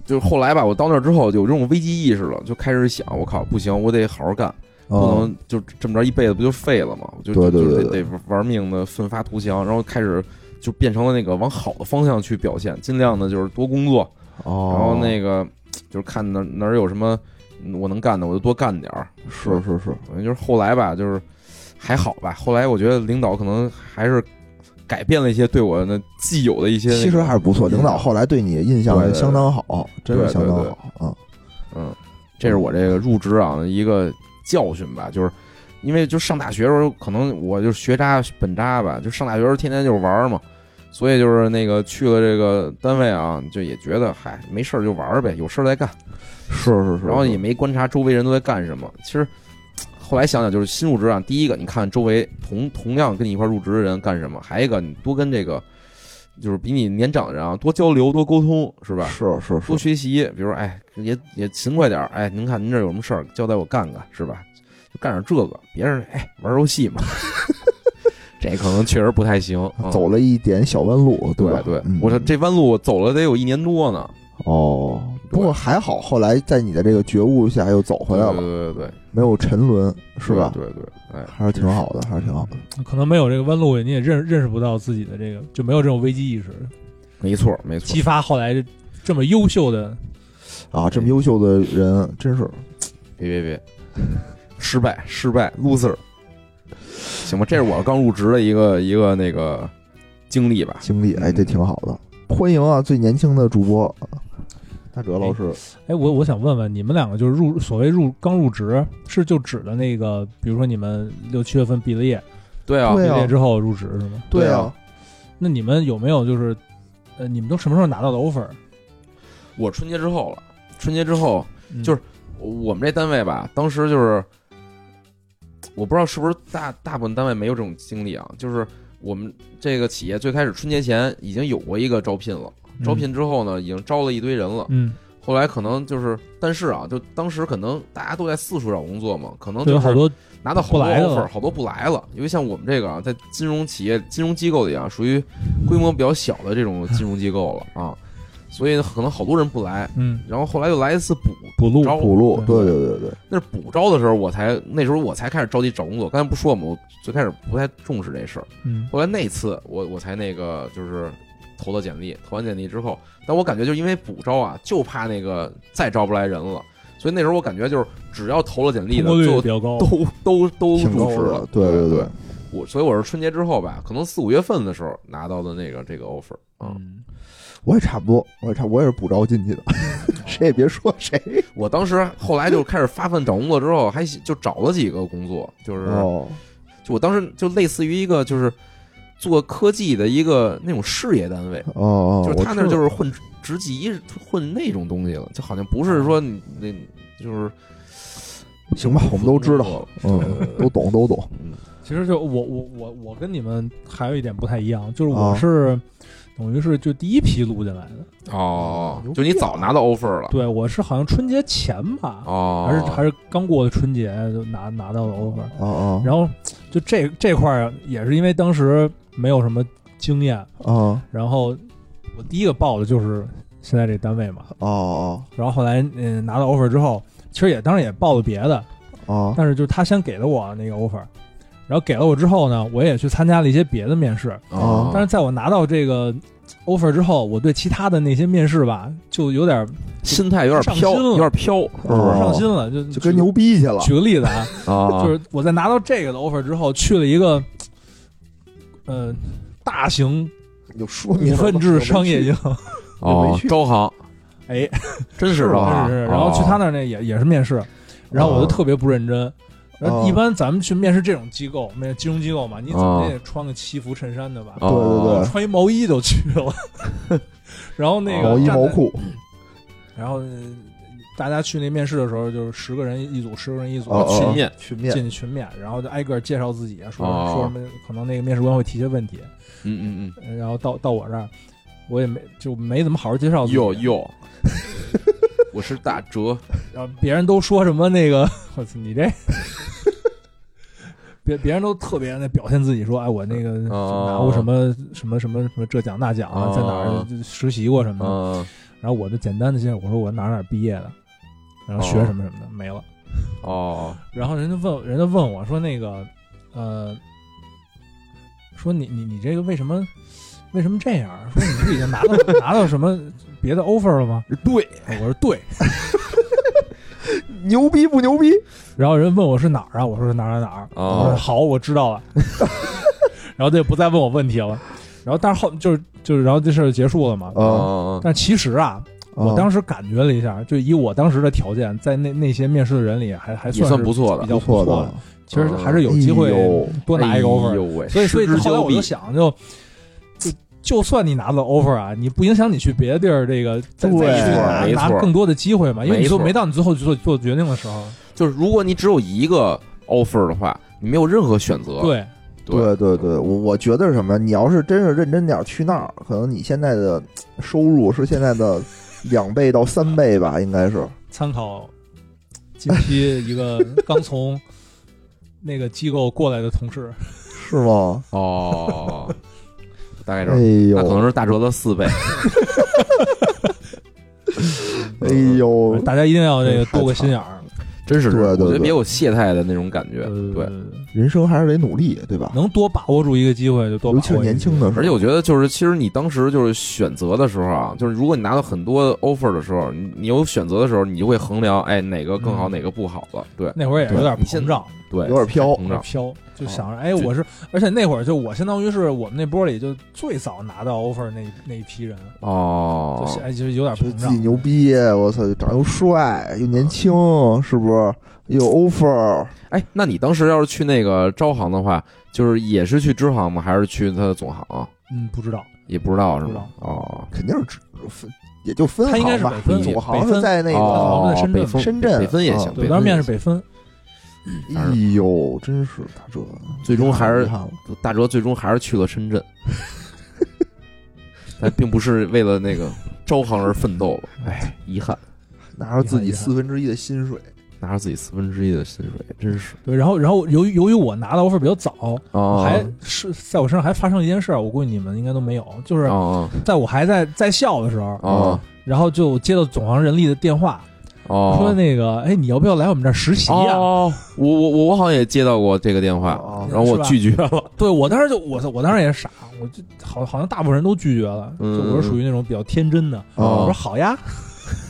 就是后来吧，我到那儿之后有这种危机意识了，就开始想，我靠，不行，我得好好干，不嗯，能就这么着一辈子不就废了吗？我就对对就对就得得玩命的奋发图强，然后开始就变成了那个往好的方向去表现，尽量的就是多工作，哦，然后那个就是看哪哪儿有什么嗯我能干的，我就多干点儿。是是是，等于就是后来吧，就是还好吧。后来我觉得领导可能还是改变了一些对我的既有的一些那个，其实还是不错，印象领导后来对你印对象对对相当好，真是相当好啊，嗯，这是我这个入职啊的一个教训吧，就是因为就上大学的时候，可能我就是学渣本渣吧，就上大学的时候天天就是玩儿嘛，所以就是那个去了这个单位啊，就也觉得嗨没事儿就玩儿呗，有事儿再干，是是是，然后是也没观察周围人都在干什么。其实后来想想，就是新入职啊，第一个你看周围同同样跟你一块儿入职的人干什么，还一个你多跟这个就是比你年长的人啊多交流多沟通，是吧？是是是，多学习，比如说，哎，也也勤快点儿，哎，您看您这有什么事儿交代我干干，是吧？就干点这个，别人哎玩游戏嘛， 这可能确实不太行。嗯、走了一点小弯路，对吧？对嗯，我说这弯路我走了得有一年多呢，哦，对不过还好，后来在你的这个觉悟下又走回来对了，对对对，没有沉沦，是吧？对对，哎，还是挺好的，还是挺好的。可能没有这个弯路，你也认认识不到自己的这个，就没有这种危机意识，没错没错激。发后来这么优秀的。啊，这么优秀的人，真是别别别，失败失败，loser。行吧，这是我刚入职的一个一个那个经历吧。经历，哎，嗯这挺好的。欢迎啊，最年轻的主播大哲老师。哎，我我想问问你们两个，就是入所谓入刚入职，是就指的那个，比如说你们六七月份毕了业，对啊，对毕啊了业之后入职是吗？对对啊啊，那你们有没有就是，呃，你们都什么时候拿到的 offer？我春节之后了，春节之后嗯就是我们这单位吧，当时就是，我不知道是不是大大部分单位没有这种经历啊，就是我们这个企业最开始春节前已经有过一个招聘了，招聘之后呢，已经招了一堆人了，嗯，后来可能就是，但是啊，就当时可能大家都在四处找工作嘛，可能对，就有是好多拿到好不多来的了 offer，好多不来了，因为像我们这个啊，在金融企业、金融机构里啊，属于规模比较小的这 种金融机构了啊，所以可能好多人不来，嗯然后后来又来一次补补录招补录，对对对对对，那是补招的时候，我才那时候我才开始着急找工作。刚才不说嘛，我最开始不太重视这事儿，嗯后来那次我我才那个就是投的简历，投完简历之后，但我感觉就是因为补招啊，就怕那个再招不来人了，所以那时候我感觉就是只要投了简历通的，过率就比较高，都都都挺入高职的了。，对对对，我所以我是春节之后吧，可能四五月份的时候拿到的那个这个 offer 啊、嗯，我也差不多，我也差，我也是补招进去的， 谁也别说谁我当时后来就开始发奋找工作之后，还就找了几个工作，就是、哦，就我当时就类似于一个就是做科技的一个那种事业单位，哦哦，就是他那我儿知就道是混职级混那种东西了，就好像不是说你那就是哦行吧，我们都知道，嗯嗯，都懂都懂，嗯其实就我我我我跟你们还有一点不太一样，就是啊我是、等于是就第一批录进来的，哦，就你早拿到 offer 了对我是好像春节前吧，哦，还是还是刚过的春节就拿拿到的 offer，哦哦，然后就这这块儿也是因为当时没有什么经验，啊然后我第一个报的就是现在这单位嘛，哦哦然后后来嗯、拿到 offer 之后，其实也当然也报了别的，哦但是就是他先给了我那个 offer，然后给了我之后呢，我也去参加了一些别的面试，哦，啊但是在我拿到这个 offer 之后，我对其他的那些面试吧，就有点心态有点上飘，心了有点飘， 哦，玩上心了，就就跟牛逼去了，举个例子啊，啊就是我在拿到这个的 offer 之后，去了一个呃大型你就说股明份制商业营，我哦没去，招行哎，真是 是啊哦招吧哦行，是是，然后去他那儿那也也是面试，然后我就特别不认真。然后一般咱们去面试这种机构，面金融机构嘛，你怎哦么也得穿个西服衬衫的吧？哦对对对穿一毛衣就 去了，然后那个哦毛衣站在毛，裤，然后呃大家去那面试的时候，就是十个人一组，十个人一组，哦哦群哦面群面进去群面，然后就挨个介绍自己啊，说哦说什么，可能那个面试官会提些问题，嗯嗯呃然后到到我这儿，我也没就没怎么好好介绍嗯，自己，哟哟， 我是大哲，然后别人都说什么那个， 我操你这，别别人都特别那表现自己说，哎，我那个哦拿过什么什么什么什么这奖那奖啊，哦在哪儿就实习过什么的，嗯然后我就简单的介绍，我说我哪儿哪儿毕业的，然后学什么什么的，没了。哦，然后人家问人家问我说那个，呃，说你你你这个为什么为什么这样？说你是已经拿到 拿到什么别的 offer 了吗？对，我说对。牛逼不牛逼？然后人问我是哪儿啊？我说是哪儿哪儿哪儿。我说哦好，我知道了。 然后他就不再问我问题了。然后但是后就是就是然后这事儿就结束了嘛。啊哦，但其实啊，我当时时感觉了一下，就以我当时的条件，在那那些面试的人里还还嗯也算算是不错的比，较错的，的，其实还是有机会哎呦多拿一个 offer 哎。呦喂，所以，所以失之后来交我就臂想就，就就算你拿到 offer 啊，你不影响你去别的地儿，这个再再对去拿没错拿更多的机会嘛，因为你都没错没到你最后去做做决定的时候。就是如果你只有一个 offer 的话，你没有任何选择。对，对对对，我我觉得是什么呀？你要是真是认真点儿去那儿，可能你现在的收入是现在的两倍到三倍吧，应该是。参考近期一个刚从那个机构过来的同事，是吗？哦， 大概这哎样，呦，那可能是大哲的四倍。哎呦，大家一定要这个太惨多个心眼儿。真是，对对对我觉得别有懈怠的那种感觉。呃对，，人生还是得努力，对吧？能多把握住一个机会就多尤把握其是一个年轻的时候，而且我觉得就是，其实你当时就是选择的时候啊，就是如果你拿到很多 offer 的时候，你你有选择的时候，你就会衡量，哎，哪个更好，嗯哪个不好了。对那会儿也是有点你现膨胀，对，有点飘膨胀。飘，就啊想着，哎，我是，而且那会儿就我相当于是我们那波里就最早拿到 offer 那那一批人，哦就，是哎，就是有点觉得膨自胀己。牛逼，我操，长得又帅又年轻，是不是？又有 offer，哎，那你当时要是去那个招行的话，就是也是去支行吗？还是去他的总行啊？嗯，不知道，也不知道是不知吗道？哦，肯定是只分，也就分他应行该是吧北。分，总北行是分在那个，哦哦，咱们在深圳北风深圳北分也行啊，对，北当分时面也是北分，哎呦，真是大哲， 最终还是遗憾了行大哲最终还是去了 深圳，但并不是为了那个招行而奋斗了，哎，遗憾，拿着自己遗憾遗憾四分之一的薪水，拿着自己四分之一的薪水，真是对，然后然后由于由于我拿到 offer 比较早，啊，还是在我身上还发生一件事儿，我估计你们应该都没有，就是啊在我还在在校的时候，哦啊然后就接到总行人力的电话，啊，说那个，哎，你要不要来我们这儿实习哦，啊？嗯哦我我我我好像也接到过这个电话，哦然后我拒绝了，对我当时就我我当时也傻，我就好好像大部分人都拒绝了，就嗯我是属于那种比较天真的，哦我说好呀，？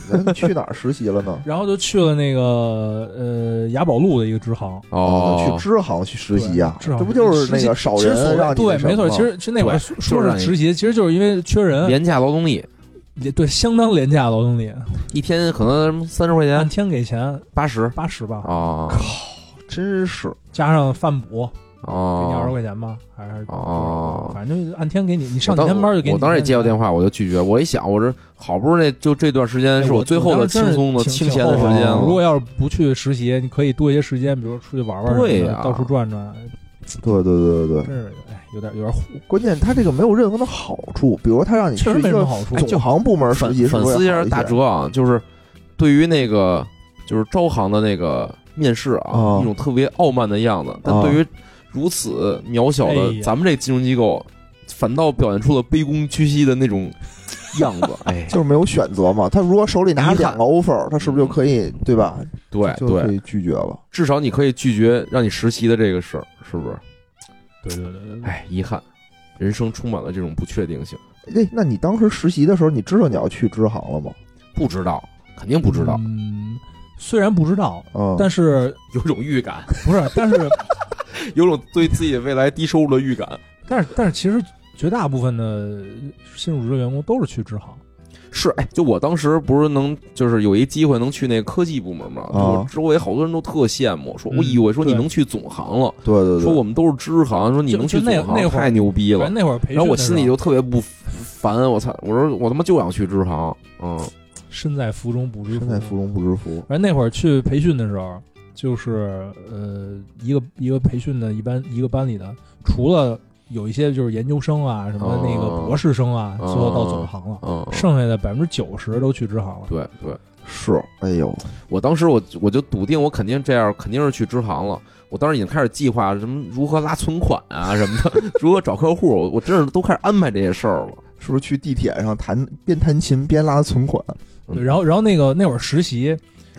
咱去哪儿实习了呢然后就去了那个呃雅宝路的一个支行。 哦去，支行去实习啊？对支行这不就是那个少其实所人让谓你那对，什么没错，其实其实那会儿对说就是说让是你实习，其实就是因为缺人，廉价劳动力，也对，相当廉价的劳动力，嗯一天可能三十块按钱，天给钱八十八十吧，啊真是加上饭补，给你二十哦。块钱吧，还是哦反正就按天给你，你上几天班就给你。我当时也接到电话，我就拒绝。我一想，我这好不容易就这段时间哎是我最后的轻松的、我当时清真是挺闲的时挺后悔间了如果要是不去实习，你可以多一些时间，比如说出去玩玩，对呀呀，到处转转，对对对对对，真是哎，有点有点虎，关键他这个没有任何的好处，比如他让你去确实一没什么个好处。总行部门反实习，是反不是思一好下一些大哲啊，就是对于那个就是招行的那个面试啊啊，一种特别傲慢的样子，但啊对于如此渺小哎的呀咱们这金融机构，反倒表现出了卑躬屈膝的那种样子。哎，就是没有选择嘛。他如果手里拿着两个 offer，他是不是就可以对吧？对就可对，以拒绝了。至少你可以拒绝让你实习的这个事儿，是不是？对对对对，哎，遗憾，人生充满了这种不确定性。哎，那你当时实习的时候，你知道你要去支行了吗？不知道，肯定不知道，嗯，虽然不知道，嗯，但是有种预感，不是，但是有种对自己未来低收入的预感。但是但是，其实绝大部分的新入职的员工都是去支行。是，哎，就我当时不是能，就是有一机会能去那个科技部门嘛，啊就我周围好多人都特羡慕，说，嗯哎呦，说你对能去总行了，对对对，说我们都是支行，说你就能去就那总那行，会儿太牛逼反了正。那会儿培训，然后我心里就特别不烦，我操！我说我他妈就想去支行，嗯，身在福中不知身在福中不知福。反正那会儿去培训的时候，就是呃，一个一个培训的一班一个班里的，除了有一些就是研究生啊，什么那个哦博士生啊，最后到总行了，嗯，嗯剩下的百分之九十都去支行了。对对，是，哎呦，我当时我我就笃定我肯定这样，肯定是去支行了。我当时已经开始计划什么如何拉存款啊什么的， 如何找客户，我我真是都开始安排这些事儿了。是不是去地铁上弹边弹琴边拉存款？嗯对然后然后那个那会儿实习，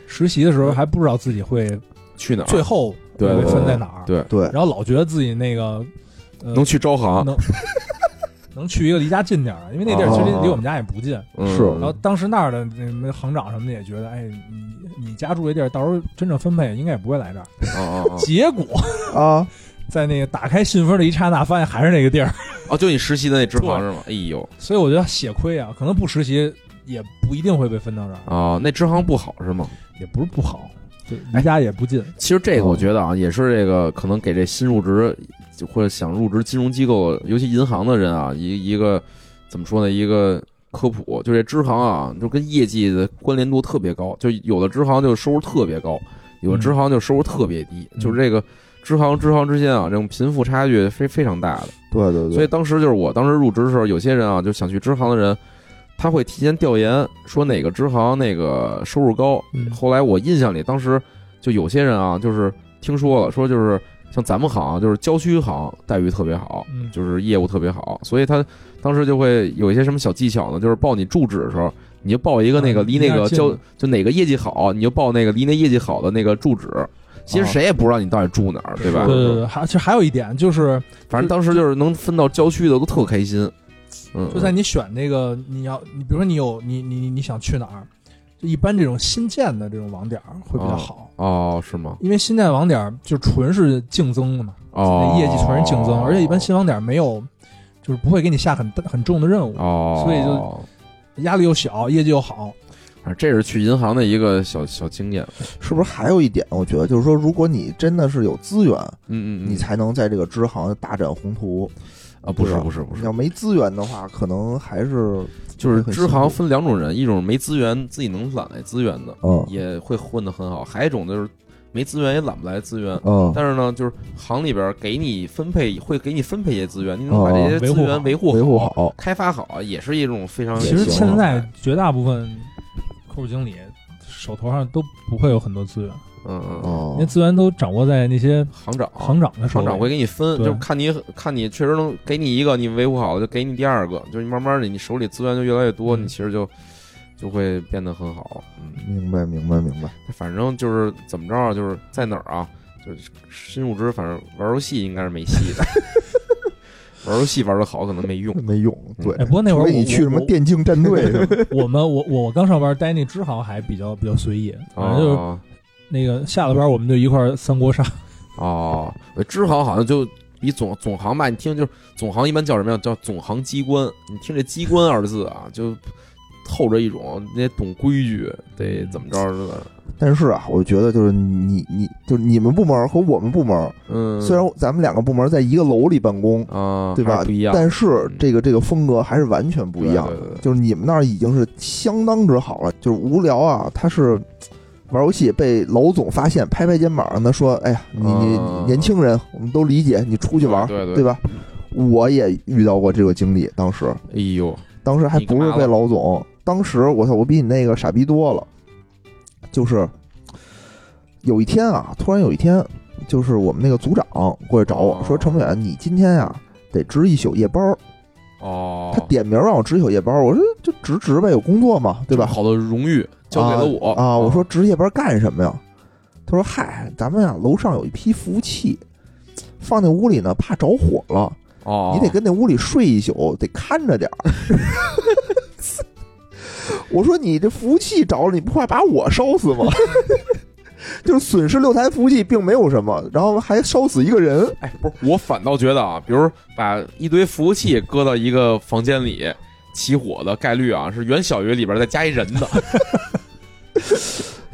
实习的时候还不知道自己会去哪儿？最后对会对分在对哪儿，对，对，然后老觉得自己那个呃能去啊招行，能 能去一个离家近点儿的，啊因为那地儿其实哦离我们家也不近。嗯是然后当时那儿的那什么行长什么的也觉得，哎，你你家住这地儿，到时候真正分配应该也不会来这儿。哦哦结果啊，在那个打开信封的一刹那，发现还是那个地儿， 哦，就你实习的那支行是吗？哎呦，所以我觉得血亏啊，可能不实习也不一定会被分到这儿，哦，那支行不好是吗？啊也不是不好，哎对，离家也不近。其实这个我觉得啊，也是这个可能给这新入职或者想入职金融机构，尤其银行的人啊，一一个怎么说呢，一个科普，就这支行啊，就跟业绩的关联度特别高，就有的支行就收入特别高，有的支行就收入特别低，嗯就是这个支行支行之间啊，这种贫富差距非非常大的。对对对，所以当时就是我当时入职的时候，有些人啊，就想去支行的人，他会提前调研，说哪个支行那个收入高。嗯后来我印象里，当时就有些人啊，就是听说了，说就是像咱们行，啊就是郊区行待遇特别好，嗯，就是业务特别好，所以他当时就会有一些什么小技巧呢，就是报你住址的时候。你就报一个那个嗯离那离那个儿近郊的就哪个业绩好，你就报那个离那业绩好的那个住址。其实哦谁也不知道你到底住哪儿，对吧？对对对，还其实还有一点就是，反正当时就是能分到郊区的都特开心，嗯，就在你选那个你要你，比如说你有你你你你想去哪儿，就一般这种新建的这种网点儿会比较好，哦，是吗？因为新建网点儿就纯是竞争的嘛，哦那，业绩全是竞争，而且一般新网点儿没有，就是不会给你下很大很重的任务，哦，所以就压力又小，业绩又哦好，反正这是去银行的一个小小经验，是不是还有一点？我觉得就是说，如果你真的是有资源，嗯嗯，嗯你才能在这个支行大展宏图。啊不是对吧不是不是要，没资源的话，可能还是就是支很辛苦行分两种人，一种没资源自己能揽来资源的，嗯也会混得很好，还有一种就是没资源也揽不来资哦源。嗯但是呢，就是行里边给你分配，会给你分配一些资源，你能把哦这些资源维护维护、好。开发好，也是一种非常也其实行现在绝大部分客户经理手头上都不会有很多资源，嗯嗯嗯，哦因为，资源都掌握在那些行长行长的手行里。长会给你分，对就是看你看你确实能给你一个，你维护好了就给你第二个，就是你慢慢的你手里资源就越来越多，嗯你其实就就会变得很好。嗯，明白明白明白。反正就是怎么着啊，就是在哪儿啊，就是新入职，反正玩游戏应该是没戏 的，玩游戏玩的好可能没用。没用，嗯对。哎，不过那会除儿非我你去什么我电竞战队什么的，我们我我我刚上班待那支行还比较比较随意，反正就是哦那个下了班我们就一块儿三国杀，哦，支行好像就比总总行吧，你听就是总行一般叫什么呀？叫总行机关。你听这“机关”二字啊，就透着一种你得懂规矩，得怎么着似的。但是啊，我觉得就是你你就是你们部门和我们部门，嗯，虽然咱们两个部门在一个楼里办公，啊，对还吧？是不一样，但是这个这个风格还是完全不一样对对的对。就是你们那儿已经是相当之好了，就是无聊啊，他是。玩游戏被老总发现，拍拍肩膀让他说：“哎呀，你你嗯年轻人，我们都理解，你出去玩，对对对吧？”我也遇到过这个经历，当时哎呦，当时还不是被老总，当时我操，我比你那个傻逼多了。就是有一天啊，突然有一天，就是我们那个组长过来找我哦说：“程远，你今天呀、得值一宿夜班儿。”哦，他点名让我值一宿夜班儿，我说就值值呗，有工作嘛，对吧？好的荣誉 交给了我哦啊啊我说值夜班干什么呀？他说：“嗨，咱们啊楼上有一批服务器，放那屋里呢，怕着火了。”哦，你得跟那屋里睡一宿，得看着点儿。 我说你这服务器着了，你不怕把我烧死吗？ 就是损失六台服务器并没有什么，然后还烧死一个人。哎，不是，我反倒觉得啊，比如把一堆服务器搁到一个房间里。起火的概率啊，是远小于里边再加一人 的。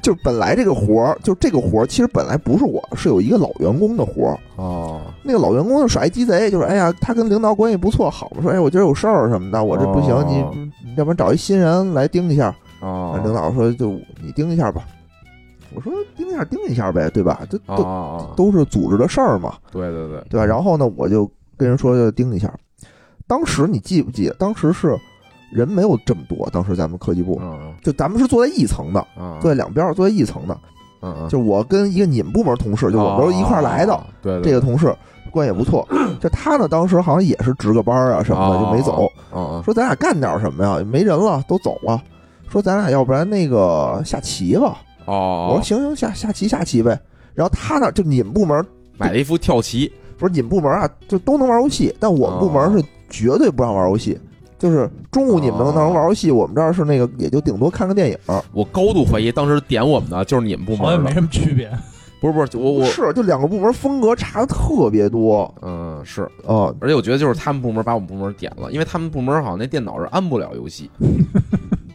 就是本来这个活儿，就这个活儿，其实本来不是我，是有一个老员工的活儿。哦，那个老员工耍一鸡贼，就是哎呀，他跟领导关系不错，好嘛，说哎我今儿有事儿什么的，我这不行，哦你你要不然找一新人来盯一下。啊，领导说就你盯一下吧，我说盯一下盯一下呗，对吧？这啊都、啊，都是组织的事儿嘛，对对对，对吧？然后呢，我就跟人说就盯一下。当时你记不记得？当时是人没有这么多，当时咱们科技部嗯就咱们是坐在一层的，嗯啊，坐在两边儿坐在一层的，嗯嗯，就是我跟一个你们部门同事，就我们都是一块儿来的，啊，对这对，个同事关系也不错。就他呢，当时好像也是值个班儿啊什么的，就没走。啊，啊说咱俩干点什么呀？没人了，都走了。说咱俩要不然那个下棋吧？啊哦，我说行行，下下棋下棋呗。然后他呢，就你们部门买了一副跳棋，不是你们部门啊，就都能玩游戏，但我们部门是绝对不让玩游戏。就是中午你们能能玩游戏，我们这儿是那个也就顶多看个电影。我高度怀疑当时点我们的就是你们部好像门没的，什么区 别。不是不是，我我是，就两个部门风格差的特别多嗯是，啊、而且我觉得就是他们部门把我们部门点了，因为他们部门好像那电脑是安不了游戏，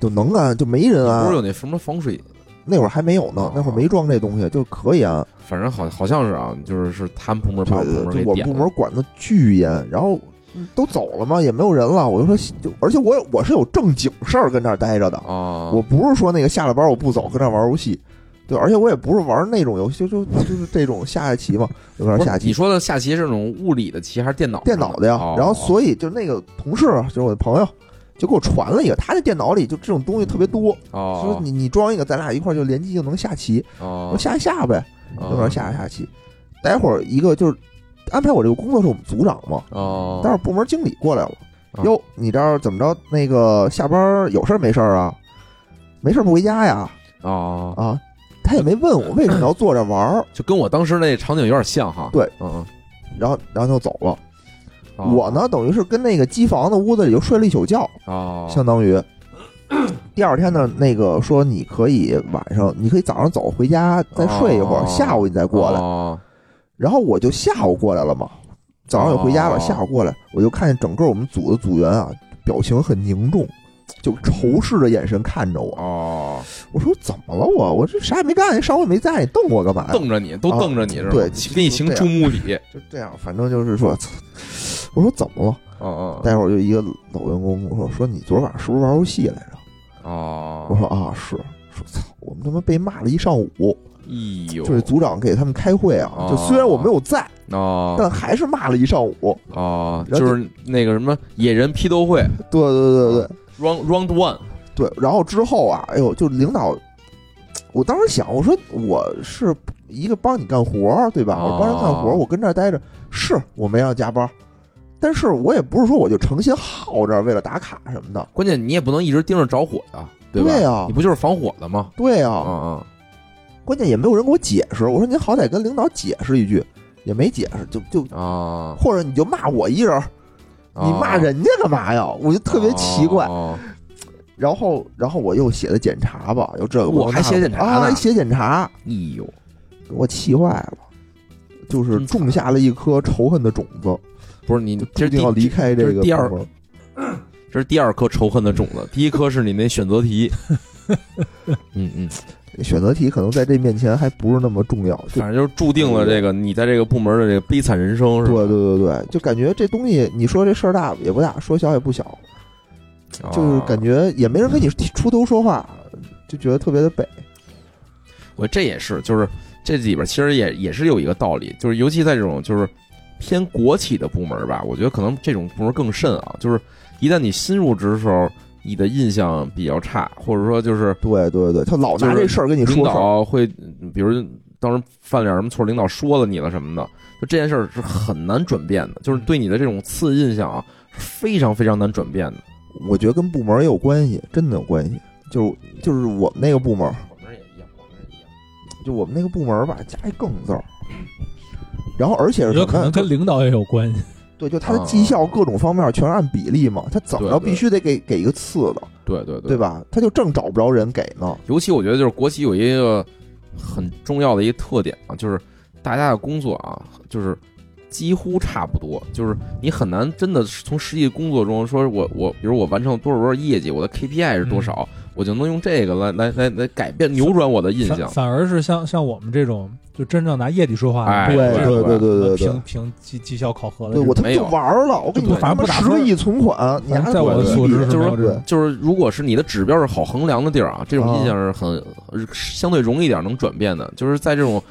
就能安就没人不安是。有那什么防水，那会儿还没有呢哦，那会儿没装这东西，就可以安。反正好好像是啊，就是是他们部门把我对们对对，就部门给我们点部了门管的巨严，然后嗯都走了嘛，也没有人了，我就说，就而且我有我是有正经事儿跟那儿待着的，啊，我不是说那个下了班我不走，跟那儿玩游戏。对，而且我也不是玩那种游戏，就就就是这种下下棋嘛，有点不是下你棋，说的下棋是那种物理的哦棋还是电脑电脑的呀。然后所以以就那个同事，就是我的朋友，就给我传了一个，他那电脑里就这种东西特别多，说哦你你装一个，咱俩一块儿就联机就能下棋，我哦说，下一下呗。哦那边下下棋。待会儿一个就是安排我这个工作是我们组长嘛，哦，待会儿部门经理过来了啊，哟，你这儿怎么着？那个下班儿有事儿没事儿啊？没事儿不回家呀？哦，啊，他也没问我为什么要坐这玩 儿，就跟我当时那场景有点像哈，对，嗯然后然后就走了。嗯，我呢，等于是跟那个机房的屋子里就睡了一宿觉，哦，相当 于。第二天呢，那个说你可以晚上，你可以早上走回家再睡一会儿，哦下午你再过来。哦然后我就下午过来了嘛，早上也回家了，哦下午过来，我就看见整个我们组的组员啊，表情很凝重，就仇视的眼神看着我。哦，我说怎么了我？我这啥也没干，上回没在，你瞪我干嘛呀？瞪着你，都啊瞪着你是吧？对请给你行就这注样目礼，就这样，反正就是说，操我说怎么了？嗯嗯，待会儿就一个老员工跟我说，说你昨晚上是不是玩游戏来着？哦，我说啊是。说操，我们他妈被骂了一上午，哎呦，就是组长给他们开会啊，就虽然我没有在，哦但还是骂了一上午。哦，然后就是那个什么野人批斗会对对对对， ，round round one，对，然后之后啊，哎呦，就领导，我当时想，我说我是一个帮你干活儿，对吧？哦我帮人干活儿，我跟这儿待着，是我没让加班儿，但是我也不是说我就诚心耗这儿为了打卡什么的，关键你也不能一直盯着着火呀，吧？对啊你不就是防火的吗？对嗯啊，嗯，关键也没有人给我解释，我说您好歹跟领导解释一句，也没解释，就就啊，或者你就骂我一人儿，你骂人家干嘛呀？我就特别奇怪。哦然后，然后我又写的检查吧，又这个我又还那写个检查啊，呢还写检查，哎呦，给我气坏了，就是真惨种下了一颗仇恨的种子，不是你就这注是定第要离开嗯这这是个第二部门这是第二颗仇恨的种子，第一颗是你那选 择题。嗯嗯，选择题可能在这面前还不是那么重要，就反正就是注定了这个你在这个部门的这个悲惨人生，是吧？对对对对，就感觉这东西，你说这事儿大也不大，说小也不小，啊就是感觉也没人跟你出头说话，就觉得特别的北。我这也是，就是这里边其实也也是有一个道理，就是尤其在这种就是偏国企的部门吧，我觉得可能这种部门更甚啊。就是一旦你新入职的时候，你的印象比较差，或者说就是对对对，他老拿就是这事儿跟你领说事儿，导会，嗯比如当时犯点什么错，领导说了你了什么的，就这件事儿是很难转变的，就是对你的这种次印象啊，是非常非常难转变的。我觉得跟部门也有关系，真的有关系。就是就是我们那个部门，我们也一样，我们也一样。就我们那个部门吧，加一更字儿，然后而且我是觉得什可么能呀？跟领导也有关系。对，就他的绩效各种方面全是按比例嘛，他怎么着对对必须得给给一个次的，对对对对吧？他就正找不着人给呢。尤其我觉得就是国企有一个很重要的一个特点啊，就是大家的工作啊，就是几乎差不多，就是你很嗯难真的从实际工作中说我我比如我完成了多少多少业绩，我的 KPI 是多少，我就能用这个来来来来改变扭转我的印反象。反而是像像我们这种就真正拿业绩说话哎的，对不对对对对对凭对，凭绩绩效考核了对，我他妈没就有玩儿了，我跟你说，就反正不打十个分亿存款，你反还正在我的所知是没有这种就是如果是你的指标是好衡量的地儿啊，这种啊印象是很相对容易一点能转变的。就是在这种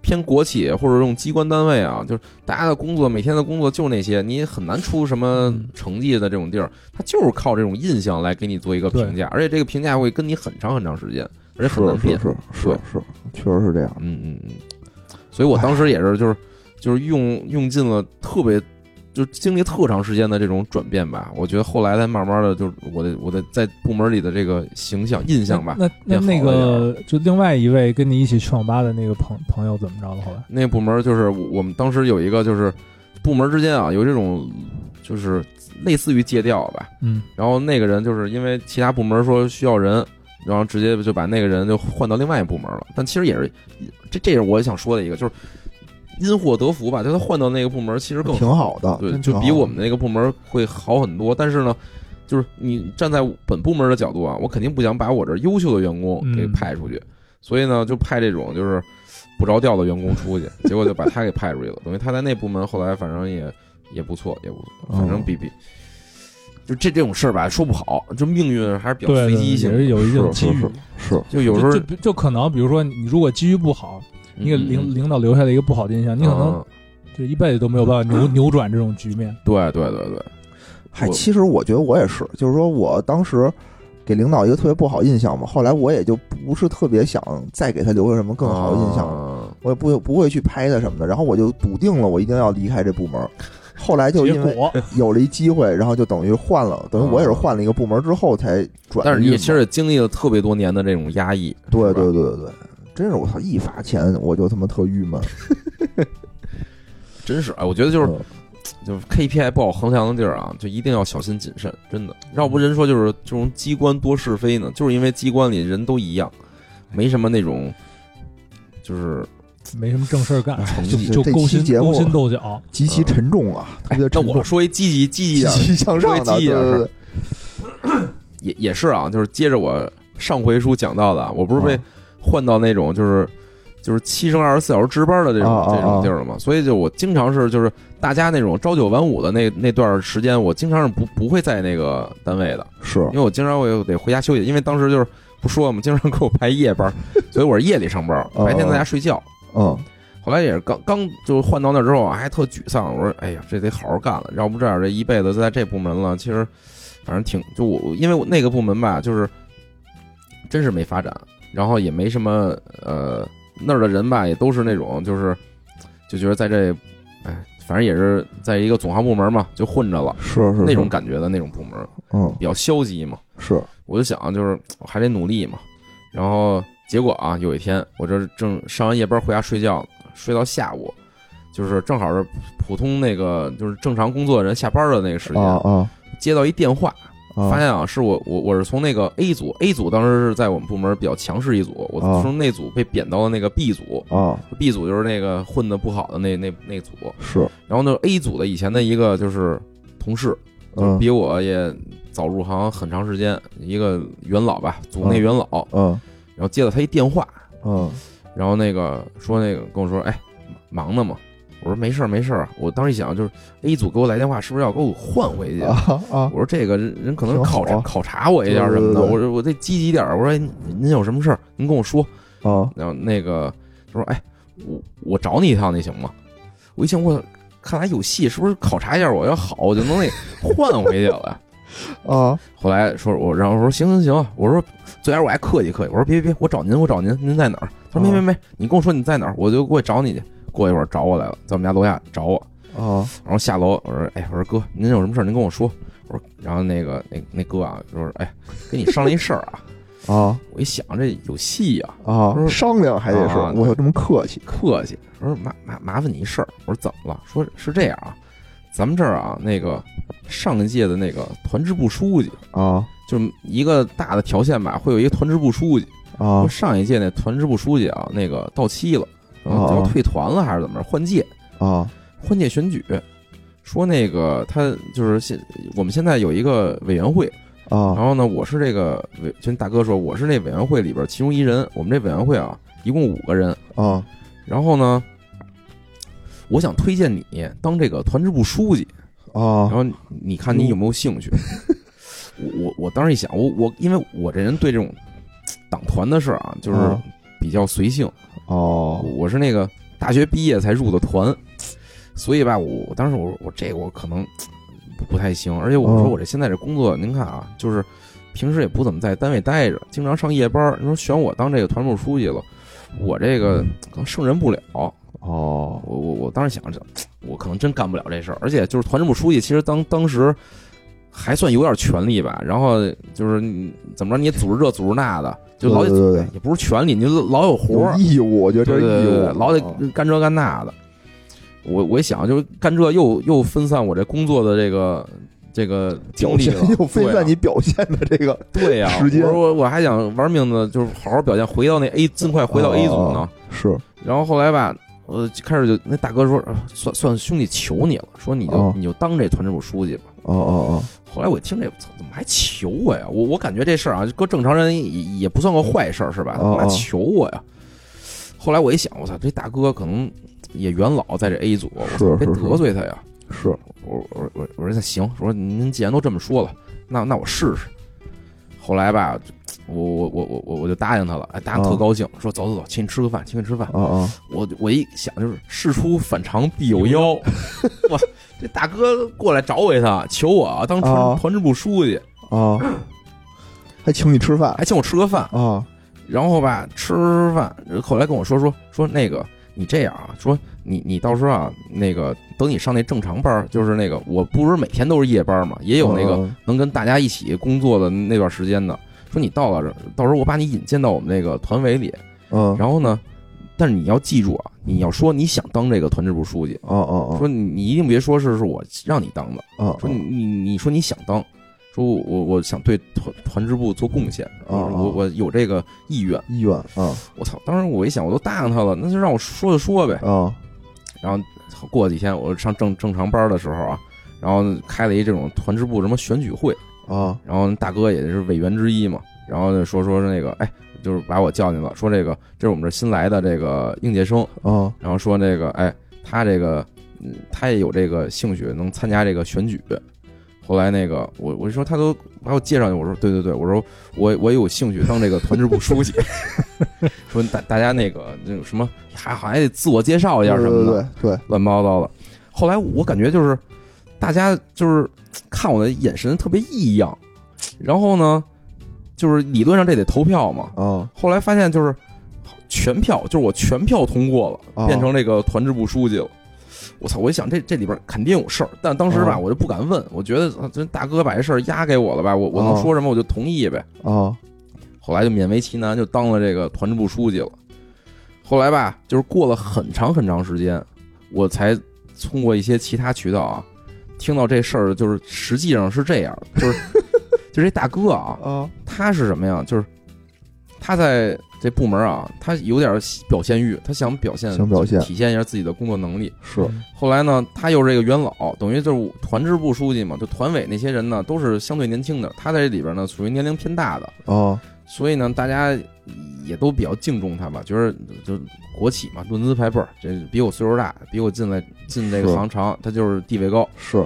偏国企或者这种机关单位啊，就是大家的工作每天的工作就那些，你很难出什么成绩的这种地儿，它就是靠这种印象来给你做一个评价，而且这个评价会跟你很长很长时间，而且很难是是变。是是是，确实是这样。嗯嗯嗯，所以我当时也是就是就是用用尽了特别。就是经历特长时间的这种转变吧，我觉得后来才慢慢的，就是我的我的在部门里的这个形象印象吧，那那变好了那个就另外一位跟你一起去网吧的那个朋朋友怎么着了？后来那部门就是我我们当时有一个就是部门之间啊有这种就是类似于借调吧，嗯然后那个人就是因为其他部门说需要人，然后直接就把那个人就换到另外一部门了。但其实也是这这也是我想说的一个，就是因祸得福吧，就他换到那个部门其实更挺好的，对，真挺就好比我们那个部门会好很多。但是呢，就是你站在本部门的角度啊，我肯定不想把我这优秀的员工给嗯派出去，所以呢，就派这种就是不着调的员工出去， 结果就把他给派出去了。等于他在那部门后来反正也也不错，也不错，嗯反哦正比比。就这这种事儿吧，说不好，就命运还是比较对随对机也性是的。有一定是机是遇是，是，就有时候就就就可能比如说你如果机遇不好，你给领领导留下了一个不好的印象，你可能嗯就一辈子都没有办法扭扭转这种局面。对对对对，嗨，我其实我觉得我也是，就是说我当时给领导一个特别不好印象嘛，后来我也就不是特别想再给他留下什么更好的印象了，啊我也不不会去拍他什么的，然后我就笃定了我一定要离开这部门。后来 就结因为 果有了一机会，然后就等于换了，等于我也是换了一个部门之后才转运嘛。啊但是你其实也经历了特别多年的这种压抑，对是吧对对对对，真是我操！一发钱我就他妈特郁闷，真是哎，我觉得就是嗯就是 KPI 不好衡量的地儿啊，就一定要小心谨慎，真的。要不人说就是这种机关多是非呢，就是因为机关里人都一样，没什么那种就是没什么正事儿干，成就是绩。哎就哎这勾期心节目勾心斗角。极其沉重啊，特别嗯哎那沉重我。说一积极积积极点儿，极向上的，说一积极对点儿对对，也也是啊，就是接着我上回书讲到的啊，我不是被换到那种就是就是七乘二十四小时值班的这种、啊啊啊这种地儿了嘛，所以就我经常是就是大家那种朝九晚五的那那段时间，我经常是不不会在那个单位的。是因为我经常我得回家休息，因为当时就是不说嘛，经常给我排夜班，所以我是夜里上班，哦白天在家睡觉。嗯，后来也是刚刚就换到那之后啊，还特沮丧，我说哎呀，这得好好干了，要不这样这一辈子在这部门了，其实反正挺就我因为我那个部门吧，就是真是没发展，然后也没什么呃那儿的人吧，也都是那种就是就觉得在这哎，反正也是在一个总行部门嘛，就混着了是是那种是感觉的那种部门，嗯比较消极嘛。是我就想就是我还得努力嘛。然后结果啊，有一天我这正上完夜班回家睡觉，睡到下午，就是正好是普通那个就是正常工作人下班的那个时间，啊啊接到一电话，啊，发现啊是我我我是从那个 A 组，A 组当时是在我们部门比较强势一组，我啊从那组被贬到了那个 B 组。啊 B 组就是那个混的不好的那那那组，是然后呢 A 组的以前的一个就是同事，就是嗯比我也早入行很长时间，一个元老吧，组内元老，嗯然后接了他一电话，嗯然后那个说那个跟我说，哎，忙呢嘛。我说没事儿没事儿，啊我当时一想就是 A 组给我来电话，是不是要给我换回去？啊啊我说这个人人可能挺好考啊察、考察我一下什对对对么的，对我说我得积极点儿。我说、哎、您您有什么事儿您跟我说。啊然后那个他说哎，我我找你一趟，那行吗？我一想我看来有戏，是不是考察一下我要好，我就能那 换回去了呀？啊后来说我，然后我说行行行，我说最开始我还客气客气，我说别别别，我找您，我找您，您在哪儿？他说没啊没没，你跟我说你在哪儿，我就过去找你去。过一会儿找我来了，在我们家楼下找我，啊然后下楼我说哎，我说哥，您有什么事儿您跟我说。我说，然后那个那那哥啊，就说哎，跟你商量一事儿啊。 啊我一想这有戏呀、啊，商量还得是啊，我有这么客气客气。我说麻麻麻烦你一事儿，我说怎么了？说是这样啊，咱们这儿啊那个上一届的那个团支部书记，啊就是一个大的条线吧，会有一个团支部书记。啊说上一届那团支部书记啊，那个到期了，然后哦要退团了还是怎么着？换届，啊换届选举，说那个他就是现我们现在有一个委员会，啊然后呢，我是这个委，就大哥说我是那委员会里边其中一人。我们这委员会啊，一共五个人。啊然后呢，我想推荐你当这个团支部书记，然啊后你看你有没有兴 趣？我我我当时一想，我我因为我这人对这种党团的事儿啊，就是啊比较随性。哦我我是那个大学毕业才入的团，所以吧，我我当时我我这个我可能不不太行，而且我说嗯我这现在这工作，您看啊，就是平时也不怎么在单位待着，经常上夜班儿。你说选我当这个团部书记了，我这个可能胜任不了。哦我我我当时想着，我可能真干不了这事儿，而且就是团支部书记，其实当当时。还算有点权力吧，然后就是你怎么着，你也组织这组织那的，就老对对对对也不是权力，你就老有活儿有，义务，我觉得这对是对义对务啊对，，老得干这干那的。我我一想，就是干这又又分散我这工作的这个这个精表力现了，啊又分散你表现的这个对呀、时间我说我我还想玩命的，就是好好表现，回到那 A，尽快回到 A 组呢。是然后后来吧，我就开始就那大哥说，啊算算兄弟求你了，说你就、哦你就当这团支部书记吧。哦哦后来我一听这，操怎么还求我呀？我我感觉这事儿啊，搁正常人也也不算个坏事儿，是吧？他哦妈哦求我呀！后来我一想，我操，这大哥可能也元老在这 A 组，我是操，别是是得罪他呀！哦是我我我我说那行，我说您既然都这么说了，那那我试试。后来吧，我我我我我我就答应他了，哎，答应特哦高兴，说走走走，请你吃个饭，请你吃饭。啊啊我我一想就是事出反常必有妖， 哇，这大哥过来找我一趟，求我啊当团啊团支部书记，啊，还请你吃饭还请我吃个饭。啊然后吧，吃饭后来跟我说说说那个你这样啊，说你你到时候啊，那个等你上那正常班儿，就是那个我不是每天都是夜班嘛，也有那个嗯能跟大家一起工作的那段时间的。说你到了这儿，到时候我把你引荐到我们那个团委里，嗯然后呢，但是你要记住啊，你要说你想当这个团支部书记。哦哦说你你一定别说是是我让你当的，哦哦说你你你说你想当，说我我我想对团团支部做贡献，哦哦我我有这个意愿。医院啊我操！当时我一想，我都答应他了，那就让我说就说呗。啊然后过几天我上正正常班的时候啊，然后开了一这种团支部什么选举会，啊然后大哥也是委员之一嘛，然后就说说那个哎，就是把我叫进了，说这个这是我们这新来的这个应届生，啊然后说那个，哎，他这个，嗯，他也有这个兴趣，能参加这个选举。后来那个，我我说他都把我介绍去，我说对对对，我说我我也有兴趣当这个团支部书记。 说大大家那个那个什么，还好还得自我介绍一下什么的，对对对乱七八糟的。后来我感觉就是大家就是看我的眼神特别异样，然后呢，就是理论上这得投票嘛，啊后来发现就是全票，就是我全票通过了，哦变成这个团支部书记了。我操！我一想这这里边肯定有事儿，但当时吧，哦我就不敢问，我觉得啊这大哥把这事儿压给我了吧，我我能哦说什么我就同意呗。啊后来就勉为其难就当了这个团支部书记了。后来吧，就是过了很长很长时间，我才通过一些其他渠道啊，听到这事儿，就是实际上是这样的，就是 就这大哥啊，啊他是什么呀？就是他在这部门啊，他有点表现欲，他想表现，想表现体现一下自己的工作能力。是嗯后来呢，他又是这个元老，等于就是团支部书记嘛，就团委那些人呢，都是相对年轻的，他在这里边呢属于年龄偏大的，啊所以呢，大家也都比较敬重他吧，觉得就国企嘛，论资排辈儿，这比我岁数大，比我进来进这个是行长，他就是地位高。是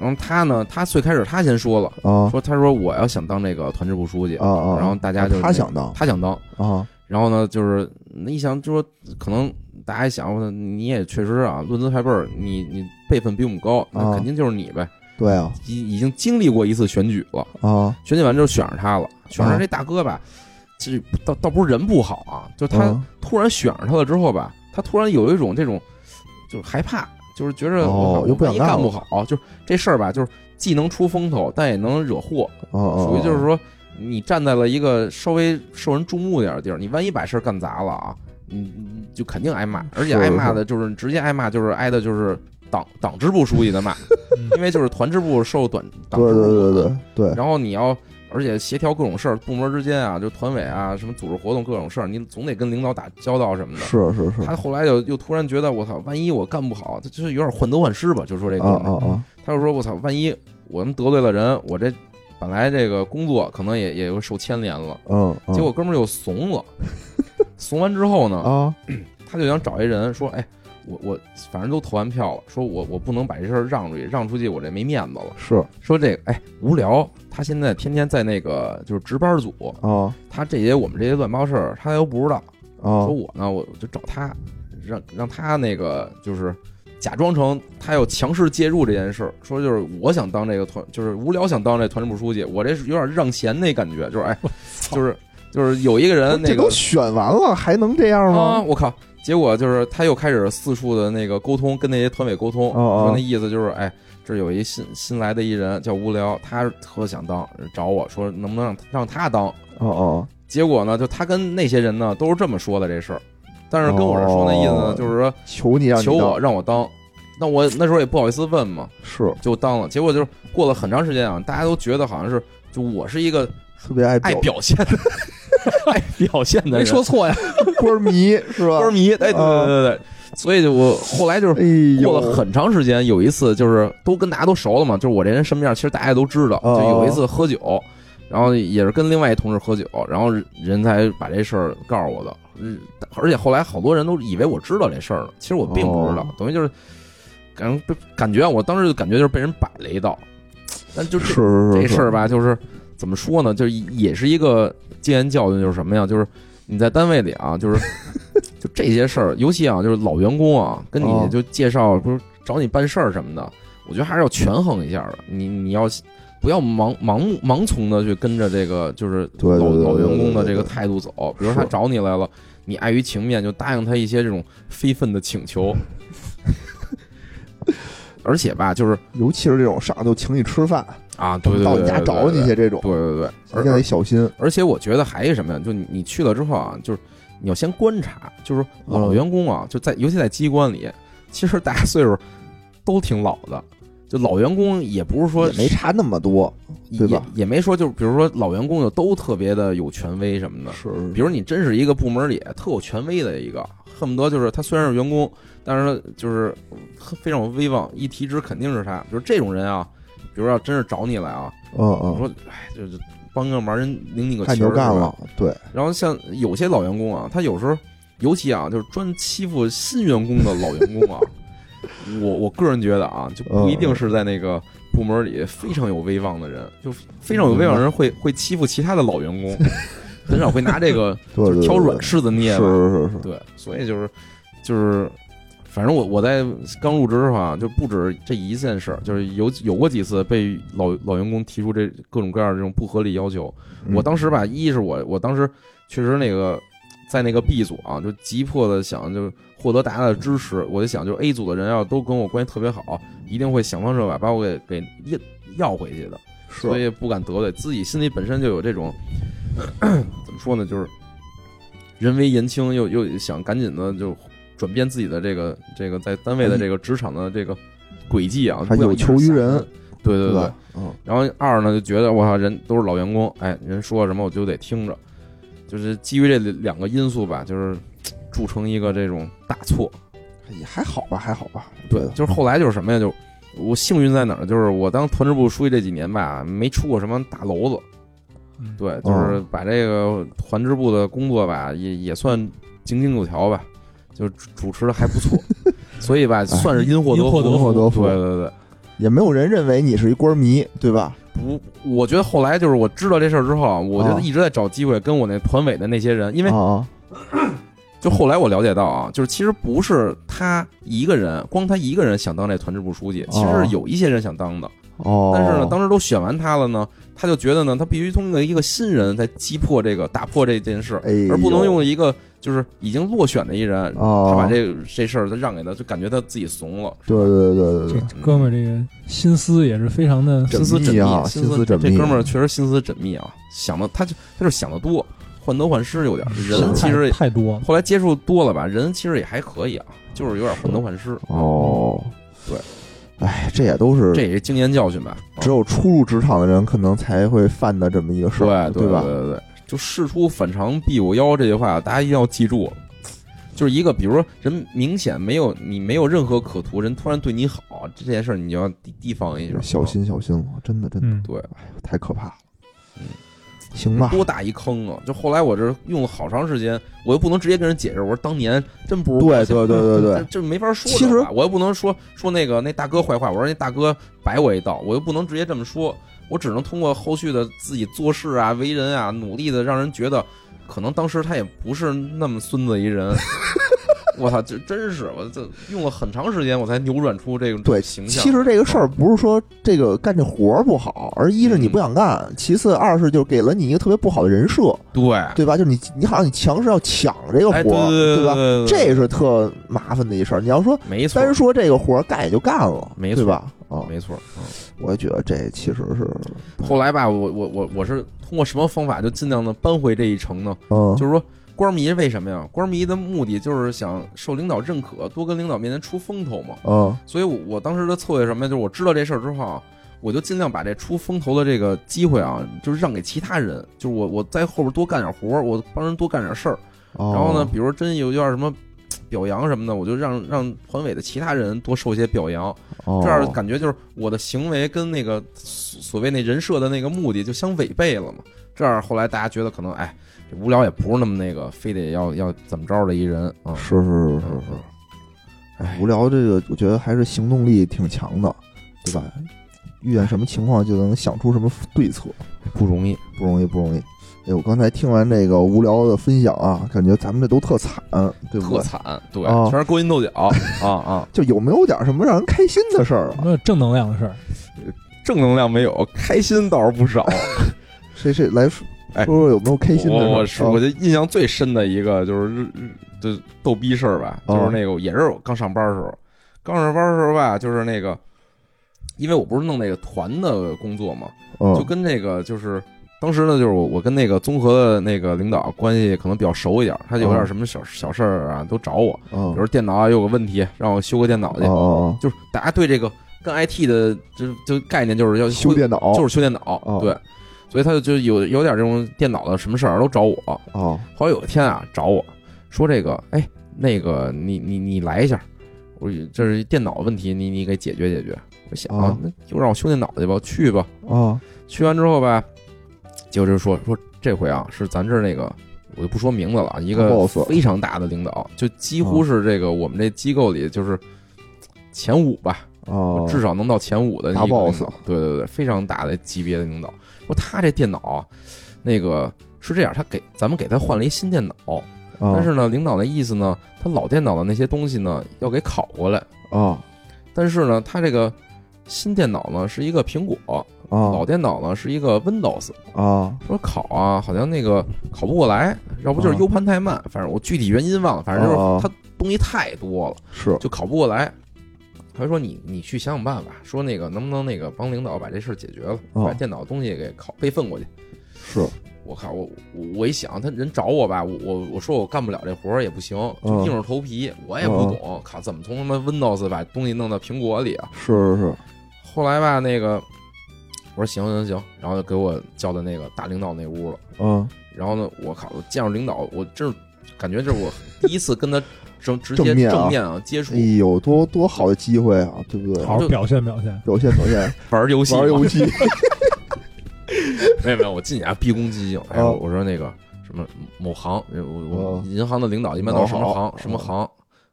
然后他呢，他最开始他先说了，啊说他说我要想当这个团支部书记啊，啊，然后大家就他想当他想当，啊然后呢，就是那一想，就说可能大家一想，我操你也确实啊，论资排辈儿，你你辈分比我们高，那啊肯定就是你呗，对啊已已经经历过一次选举了，啊选举完之后选上他了，选上啊这大哥吧，这倒倒不是人不好啊，就他啊突然选上他了之后吧，他突然有一种这种就是害怕，就是觉着哦我靠又不万一想干干了不好，就是这事儿吧，就是既能出风头，但也能惹祸，啊啊属于就是说，你站在了一个稍微受人注目点的地儿，你万一把事儿干砸了啊，你你就肯定挨骂，而且是挨骂的就是直接挨骂，就是挨的就是党党支部书记 的骂，嗯因为就是团支部受短党对支部对对管对对然后你要。而且协调各种事儿，部门之间啊，就团委啊，什么组织活动各种事儿，你总得跟领导打交道什么的。是是是他后来又又突然觉得，我操，万一我干不好，他就是有点患得患失吧，就说这啊哥们儿啊啊他就说：“我操，万一我们得罪了人，我这本来这个工作可能也也会受牵连了，嗯，嗯结果哥们儿又怂了，怂完之后呢，啊，他就想找一人说，哎，我我反正都投完票了，说我我不能把这事儿让出去，让出去我这没面子了。是啊说这个，哎，无聊，他现在天天在那个就是值班组，啊他这些我们这些乱八事儿他都不知道。啊说我呢，我就找他，让让他那个就是假装成他要强势介入这件事儿，说就是我想当这个团，就是无聊想当这团支部书记，我这是有点让贤那感觉，就是哎，就是就是有一个人那这个都选完了还能这样啊，吗？我靠！结果就是他又开始四处的那个沟通，跟那些团委沟通，哦哦说那意思就是，哎，这有一新新来的艺人叫无聊，他特想当，找我说能不能让让他当，哦哦，结果呢，就他跟那些人呢都是这么说的这事儿，但是跟我这说那意思呢，哦就是说求你让你求当我让我当，那我那时候也不好意思问嘛，是就当了。结果就是过了很长时间啊，大家都觉得好像是就我是一个特别爱爱表现的、 爱表现的没人，说错呀，歌 迷是吧？歌迷，哎，对对嗯对对，所以就我后来就是。哎呦，过了很长时间，有一次就是都跟大家都熟了嘛，就是我这人什么样，其实大家都知道。哦就有一次喝酒，然后也是跟另外一同事喝酒，然后人才把这事儿告诉我的。嗯，而且后来好多人都以为我知道这事儿了，其实我并不知道哦，等于就是感被感觉啊我当时就感觉就是被人摆了一道。但就是是这是这事儿吧，就是怎么说呢，就是也是一个经验教训，就是什么呀？就是你在单位里啊，就是 就这些事儿，尤其啊，就是老员工啊，跟哦你就介绍，不是找你办事儿什么的，我觉得还是要权衡一下的。你你要不要盲盲目盲从的去跟着这个就是对对老对对老员工的对对这个对态度走？比如他是找你来了，你碍于情面就答应他一些这种非分的请求。 而且吧，就是尤其是这种上来就请你吃饭，啊，对对对到对你对，家找你对去这种，对对对，你而得小心。而且我觉得还有什么呀？就你你去了之后啊，就是你要先观察，就是嗯老员工啊，就在尤其在机关里，其实大家岁数都挺老的。就老员工也不是说也没差那么多，对也吧也没说，就是比如说老员工就都特别的有权威什么的。是比如你真是一个部门里特有权威的一个，恨不得就是他虽然是员工，但是他就是非常有威望，一提职肯定是他。就是这种人啊，比如要真是找你来啊，嗯我嗯，说哎，就是帮个忙，人拧你个看旗就儿干是吧了，对，然后像有些老员工啊，他有时候，尤其啊，就是专欺负新员工的老员 工啊，我我个人觉得啊，就不一定是在那个部门里非常有威望的人，就非常有威望的人嗯会会欺负其他的老 员工，很少会拿这个对就对是对挑软对柿子捏是吧。是是是，对，所以就是就是。反正我我在刚入职的时候啊，就不止这一件事儿，就是有有过几次被老老员工提出这各种各样的这种不合理要求，嗯我当时吧，一是我我当时确实那个在那个 B 组啊，就急迫的想就获得大家的支持，我就想就是 A 组的人要都跟我关系特别好，一定会想方设法把我给给要要回去的，是所以不敢得罪自己，心里本身就有这种怎么说呢，就是人微言轻，又又想赶紧的就转变自己的这个这个在单位的这个职场的这个轨迹啊，哎还不想有一下求于下人沉，对对对对。吧？嗯，然后二呢，就觉得我靠，人都是老员工，哎，人说什么我就得听着，就是基于这两个因素吧，就是呃铸成一个这种大错。嗯也还好吧，还好吧，的就是后来就是什么呀，就我幸运在哪儿呢，就是我当团支部书记这几年吧，没出过什么大娄子。嗯，对，就是把这个团支部的工作吧，也也算井井有条吧，就主主持的还不 错，所以吧，算是因祸哎因得福。祸得福得对福，对对。也没有人认为你是一官迷，对吧？不，我觉得后来就是我知道这事儿之后啊，我就啊一直在找机会跟我那团委的那些人，因为啊啊，就后来我了解到啊，就是其实不是他一个人，光他一个人想当这团支部书记，其实哦是有一些人想当的，哦，但是呢，当时都选完他了呢，他就觉得呢，他必须通过一个新人才击破这个打破这件事，哎呦，而不能用一个就是已经落选的一人，哦，他把这这事儿他让给他，就感觉他自己怂了。对对对对这对，这哥们儿这个心思也是非常的缜心思缜密啊心心思缜这密哥们儿确实心思缜密啊，想的他就他就想的多，患得患失有点儿。啊人其实太太多了，后来接触多了吧，人其实也还可以啊，就是有点患得患失。哦，对，哎，这也都是这也是经验教训吧？只有初入职场的人可能才会犯的这么一个事对儿，对啊吧？对对，就事出反常必有妖这句话，大家一定要记住。就是一个，比如说人明显没有你没有任何可图，人突然对你好，这件事儿你就要提提防一下，啊小。心小心了，真的真的嗯，对，太可怕了嗯。行吧，多大一坑啊！就后来我这用了好长时间，我又不能直接跟人解释，我说当年真不是我对想对对对对这，这没法说的吧。其实我又不能说说那个那大哥坏话，我说那大哥摆我一道，我又不能直接这么说，我只能通过后续的自己做事啊、为人啊，努力的让人觉得，可能当时他也不是那么孙子一人。 我操，这真是我这用了很长时间，我才扭转出这个对形象。其实这个事儿不是说这个干这活儿不好，而一是你不想干，嗯其次二是就是给了你一个特别不好的人设，对，对吧？就是你你好像你强势要抢这个活哎，儿，对对吧？对，这是特麻烦的一事儿。你要说没错单，说这个活儿干也就干了，没对错吧？啊，没错。嗯我觉得这其实是，后来吧，我我我我是通过什么方法就尽量的扳回这一城呢？嗯，就是说，官迷为什么呀？官迷的目的就是想受领导认可，多跟领导面前出风头嘛。嗯所以我我当时的策略是什么呀？就是我知道这事儿之后啊，我就尽量把这出风头的这个机会啊，就是让给其他人。就是我我在后边多干点活儿，我帮人多干点事儿。哦，然后呢，比如真有要是什么。表扬什么的，我就让让团委的其他人多受一些表扬，哦，这样感觉就是我的行为跟那个所所谓那人设的那个目的就相违背了嘛。这样后来大家觉得可能哎，这无聊也不是那么那个，非得要要怎么着的一人啊。哦是是是是嗯是嗯，哎，无聊这个，我觉得还是行动力挺强的，对吧？遇见什么情况就能想出什么对策，不容易，不容易，不容易。哎，我刚才听完这个无聊的分享啊，感觉咱们这都特惨，对不特对？惨，对，哦啊全是勾心斗角啊啊！就有没有点什么让人开心的事儿有啊？没有嗯正能量的事儿？ 正能量没有，开心倒是不少。谁谁来说哎说说有没有开心的事儿？啊我我是我就印象最深的一个就是日日就逗逼事儿吧，就是啊那个也是我刚上班的时候，刚上班的时候吧，就是那个，因为我不是弄那个团的工作嘛，就嗯跟那个就是当时呢，就是我我跟那个综合的那个领导关系可能比较熟一点，他啊有点什么小小事儿啊都找我，比嗯如电脑啊有个问题，让我修个电脑去哦，哦就是大家对这个跟 IT 的就就概念就是要哦，修会电脑就是修电脑哦，对，所以他就就有有点这种电脑的什么事儿都找我。哦后来有一天啊找我说这个，哎，那个你你你来一下，我这是电脑问题，你你给解决解决。我想啊啊，那就让我修电脑去吧，我去吧。哦去完之后吧，结果就说说这回啊，是咱这儿那个，我就不说名字了啊，一大个 boss 非常大的领导，就几哦乎是这个我们这机构里就是前五吧，哦，至少能到前五的大一个 boss 领导。对对对，非常大的级别的领导。说他这电脑啊，那个是这样，他给咱们给他换了一新电哦脑，但但是呢，领导的意思呢，他老电脑的那些东西呢要给拷过来，啊但是呢，他这个新电脑呢是一个苹果，啊老电脑呢是一个 Windows。啊说考啊，好像那个考不过来，要不就是啊 U 盘太慢，反正我具体原因忘了，反正就是哦他东西太多了，是就考不过来。他说你你去想想办法，说那个能不能那个帮领导把这事儿解决了，哦把电脑东西给拷备份过去。是我靠，我我我一想，他人找我吧，我我我说我干不了这活儿也不行，就嗯硬着头皮，我也不懂，靠，怎么从他妈 Windows 把东西弄到苹果里啊？是是是后来吧，那个我说行行行，然后就给我叫到那个大领导那屋了。嗯，然后呢，我靠，我见着领导，我真是感觉这是我第一次跟他 正直接正面啊正面啊接触哎，呦，多多好的机会啊，对不对？好好表现表现。表现表现，玩 游戏嘛，玩游 戏没有没有，我进去啊，毕恭毕敬，哎，哦我我说那个什么某行，我我哦银行的领导一般都是什么哦行什么行，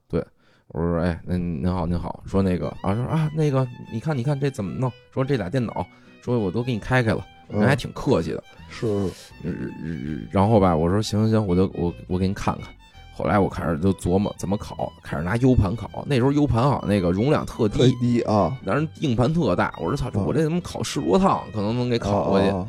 对，我说哎，您您好您好，说那个啊说啊那个你看你看这怎么弄，说这俩电脑，说我都给你开开了，人还嗯挺客气的。呃是是然后吧，我说行行行，我就我我给你看看。后来我开始就琢磨怎么考，开始拿 U 盘考。那时候 U 盘好像那个容量特特低，低啊，但是硬盘特大。我说操，啊我这怎么考十多趟，可能能给考过去。啊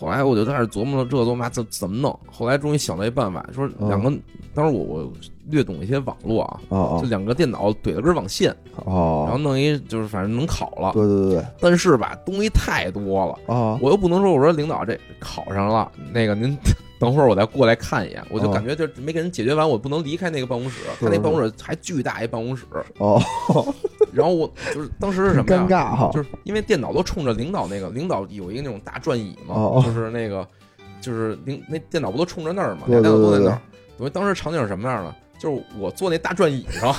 后来我就开始琢磨这琢磨那怎怎么弄。后来终于想到一办法，说嗯两个，当时我我略懂一些网络啊，啊啊就两个电脑怼了根网线，啊然后啊！弄一就是反正能考了，对对对对但是吧东西太多了。啊！我又不能说我说领导这考上了，那个您 等会儿我再过来看一眼，我就哦感觉就是没给人解决完，我不能离开那个办公室，是他那办公室还巨大一办公室，嗯哦，然后我就是当时是很什么呀尴？尬哈就是因为电脑都冲着领导那个，领导有一个那种大转椅嘛，哦哦就是那个就是领那电脑不都冲着那儿嘛，对对两辆都在对那对儿。我当时场景是什么样的？就是我坐那大转椅上，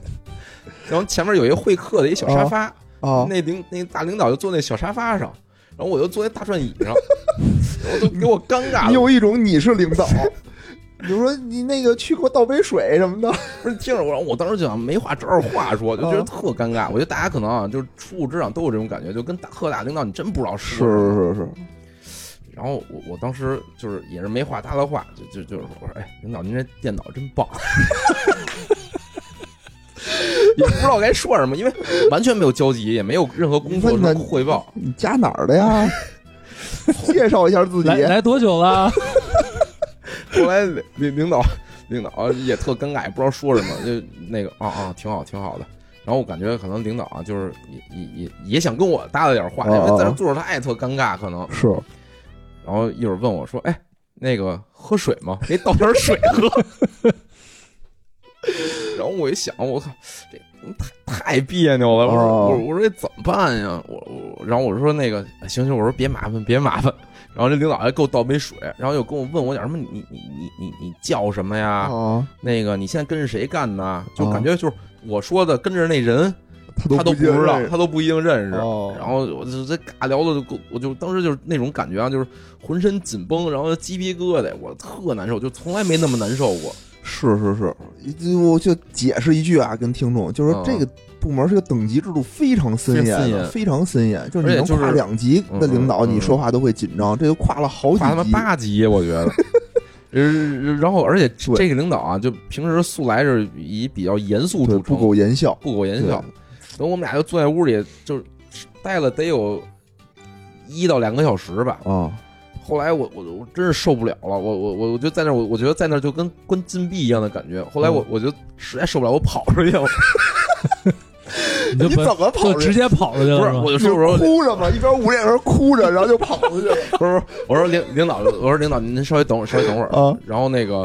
然后前面有一个会客的一小沙发，啊，那领那大领导就坐那小沙发上，然后我就坐在大转椅上， 然后都给我尴尬了。有一种你是领导，你就说你那个去给我倒杯水什么的，不是听着我，然后我当时就想没话找点话说，哦就觉得特尴尬。我觉得大家可能啊，就是初入职场都有这种感觉，就跟大特大领导你真不知道 是是是是，然后我我当时就是也是没话搭的话，就就就是我说，哎，领导您这电脑真棒， 也不知道该说什么，因为完全没有交集，也没有任何工作上的汇报。你家哪儿的呀？ 介绍一下自己来来多久 了？后来领领导领导也特尴尬，也不知道说什么，就那个啊啊，挺好挺好的。然后我感觉可能领导啊，就是也也也也想跟我搭了点话，因为在这坐着他也特尴尬，可能。是然后一会儿问我说，哎，那个喝水吗？ 给你倒点水喝。 然后我一想，我靠，这太太别扭了！我说哦我说我说这哎怎么办呀？我我然后我说那个哎行行，我说别麻烦别麻烦。然后这领导还给我倒杯水，然后又跟我问我点什么，你你你你你你叫什么呀？啊，那个你现在跟着谁干呢？就哦感觉就是我说的跟着那人，他他都不接知道这，个他都不一定认识。哦，然后我就在尬聊的，我就当时就是那种感觉啊，就是浑身紧绷，然后鸡皮疙瘩，我特难受，就从来没那么难受过。是是是，我就解释一句啊，跟听众，就是说嗯这个部门这个等级制度非常森严非常的，非常森森严严，就是你而且能就是跨两级的领导，嗯嗯嗯你说话都会紧张，这就跨了好几跨他妈级，八级，我觉得。呃 然后，而且对这个领导啊，就平时素来是以比较严肃对，著不称，苟言笑，不苟言笑。等我们俩就坐在屋里，就是待了得有一到两个小时吧。对啊，后来我我我真是受不了了，我我我我就在那儿我我觉得在那儿就跟关禁闭一样的感觉。后来我我就实在受不了，我跑出去了，啊你就你不怎么跑就出去直接跑出去不是了吗？我就就说我说哭着嘛，一边捂着一边哭着，然后就跑出 去了不是不是，我说领领导，我说领导，您稍微等会儿，稍微等会儿。啊然后那个，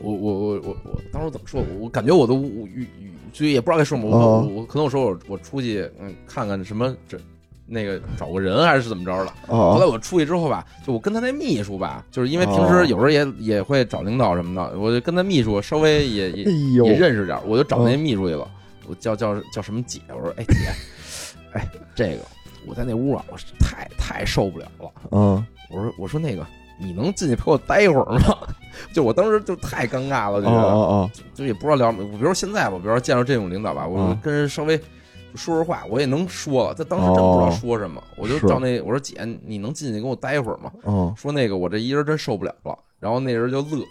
我我我我我当时怎么说？我我感觉我都无无语语，就也不知道该说什么。我我哦我可能我说我我出去嗯看看什么这那个找个人还是怎么着了。后啊来我出去之后吧，就我跟他那秘书吧，就是因为平哦时有时候也也会找领导什么的，我就跟他秘书稍微也也哎呦哦也，认识点儿，我就找那秘书去了。我叫叫叫什么姐？我说哎姐，哎这个我在那屋啊，我是太太受不了了。嗯，我说我说那个你能进去陪我待一会儿吗？ 就我当时就太尴尬了，哦觉得哦就也不知道聊什么。我比如说现在吧，比如说见到这种领导吧，我嗯跟人稍微说说话，我也能说了。但当时真不知道哦说什么，我就是到那我说姐，你能进去跟我待一会儿吗？哦哦，说那个我这一人真受不了了，然后那人就乐，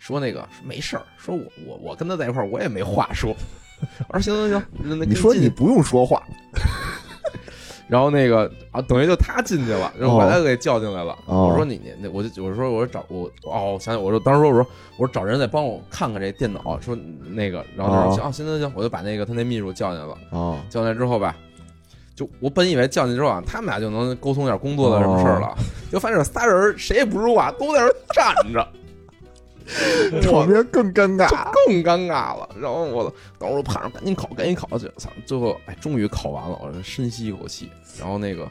说那个说没事儿，说我我我跟他在一块儿我也没话说。 我说行行行，那那你说进你去，不用说话，然后那个啊，等于就他进去了，然后把哦他给叫进来了。哦我说你你那我就我说我说找我哦，我想想我说当时说我说我说找人再帮我看看这电脑，说那个，然后他说哦行、啊行行行，我就把那个他那秘书叫进来了，啊叫进来之后吧。就我本以为叫进来之后啊，他们俩就能沟通点工作的什么事哦儿了，就发现仨人谁也不说话，都在那儿站着， 场面更尴就尬，更尴尬了。然后我等会儿我盼着赶紧考，赶紧考去。操，最后哎，终于考完了，我深吸一口气。然后那个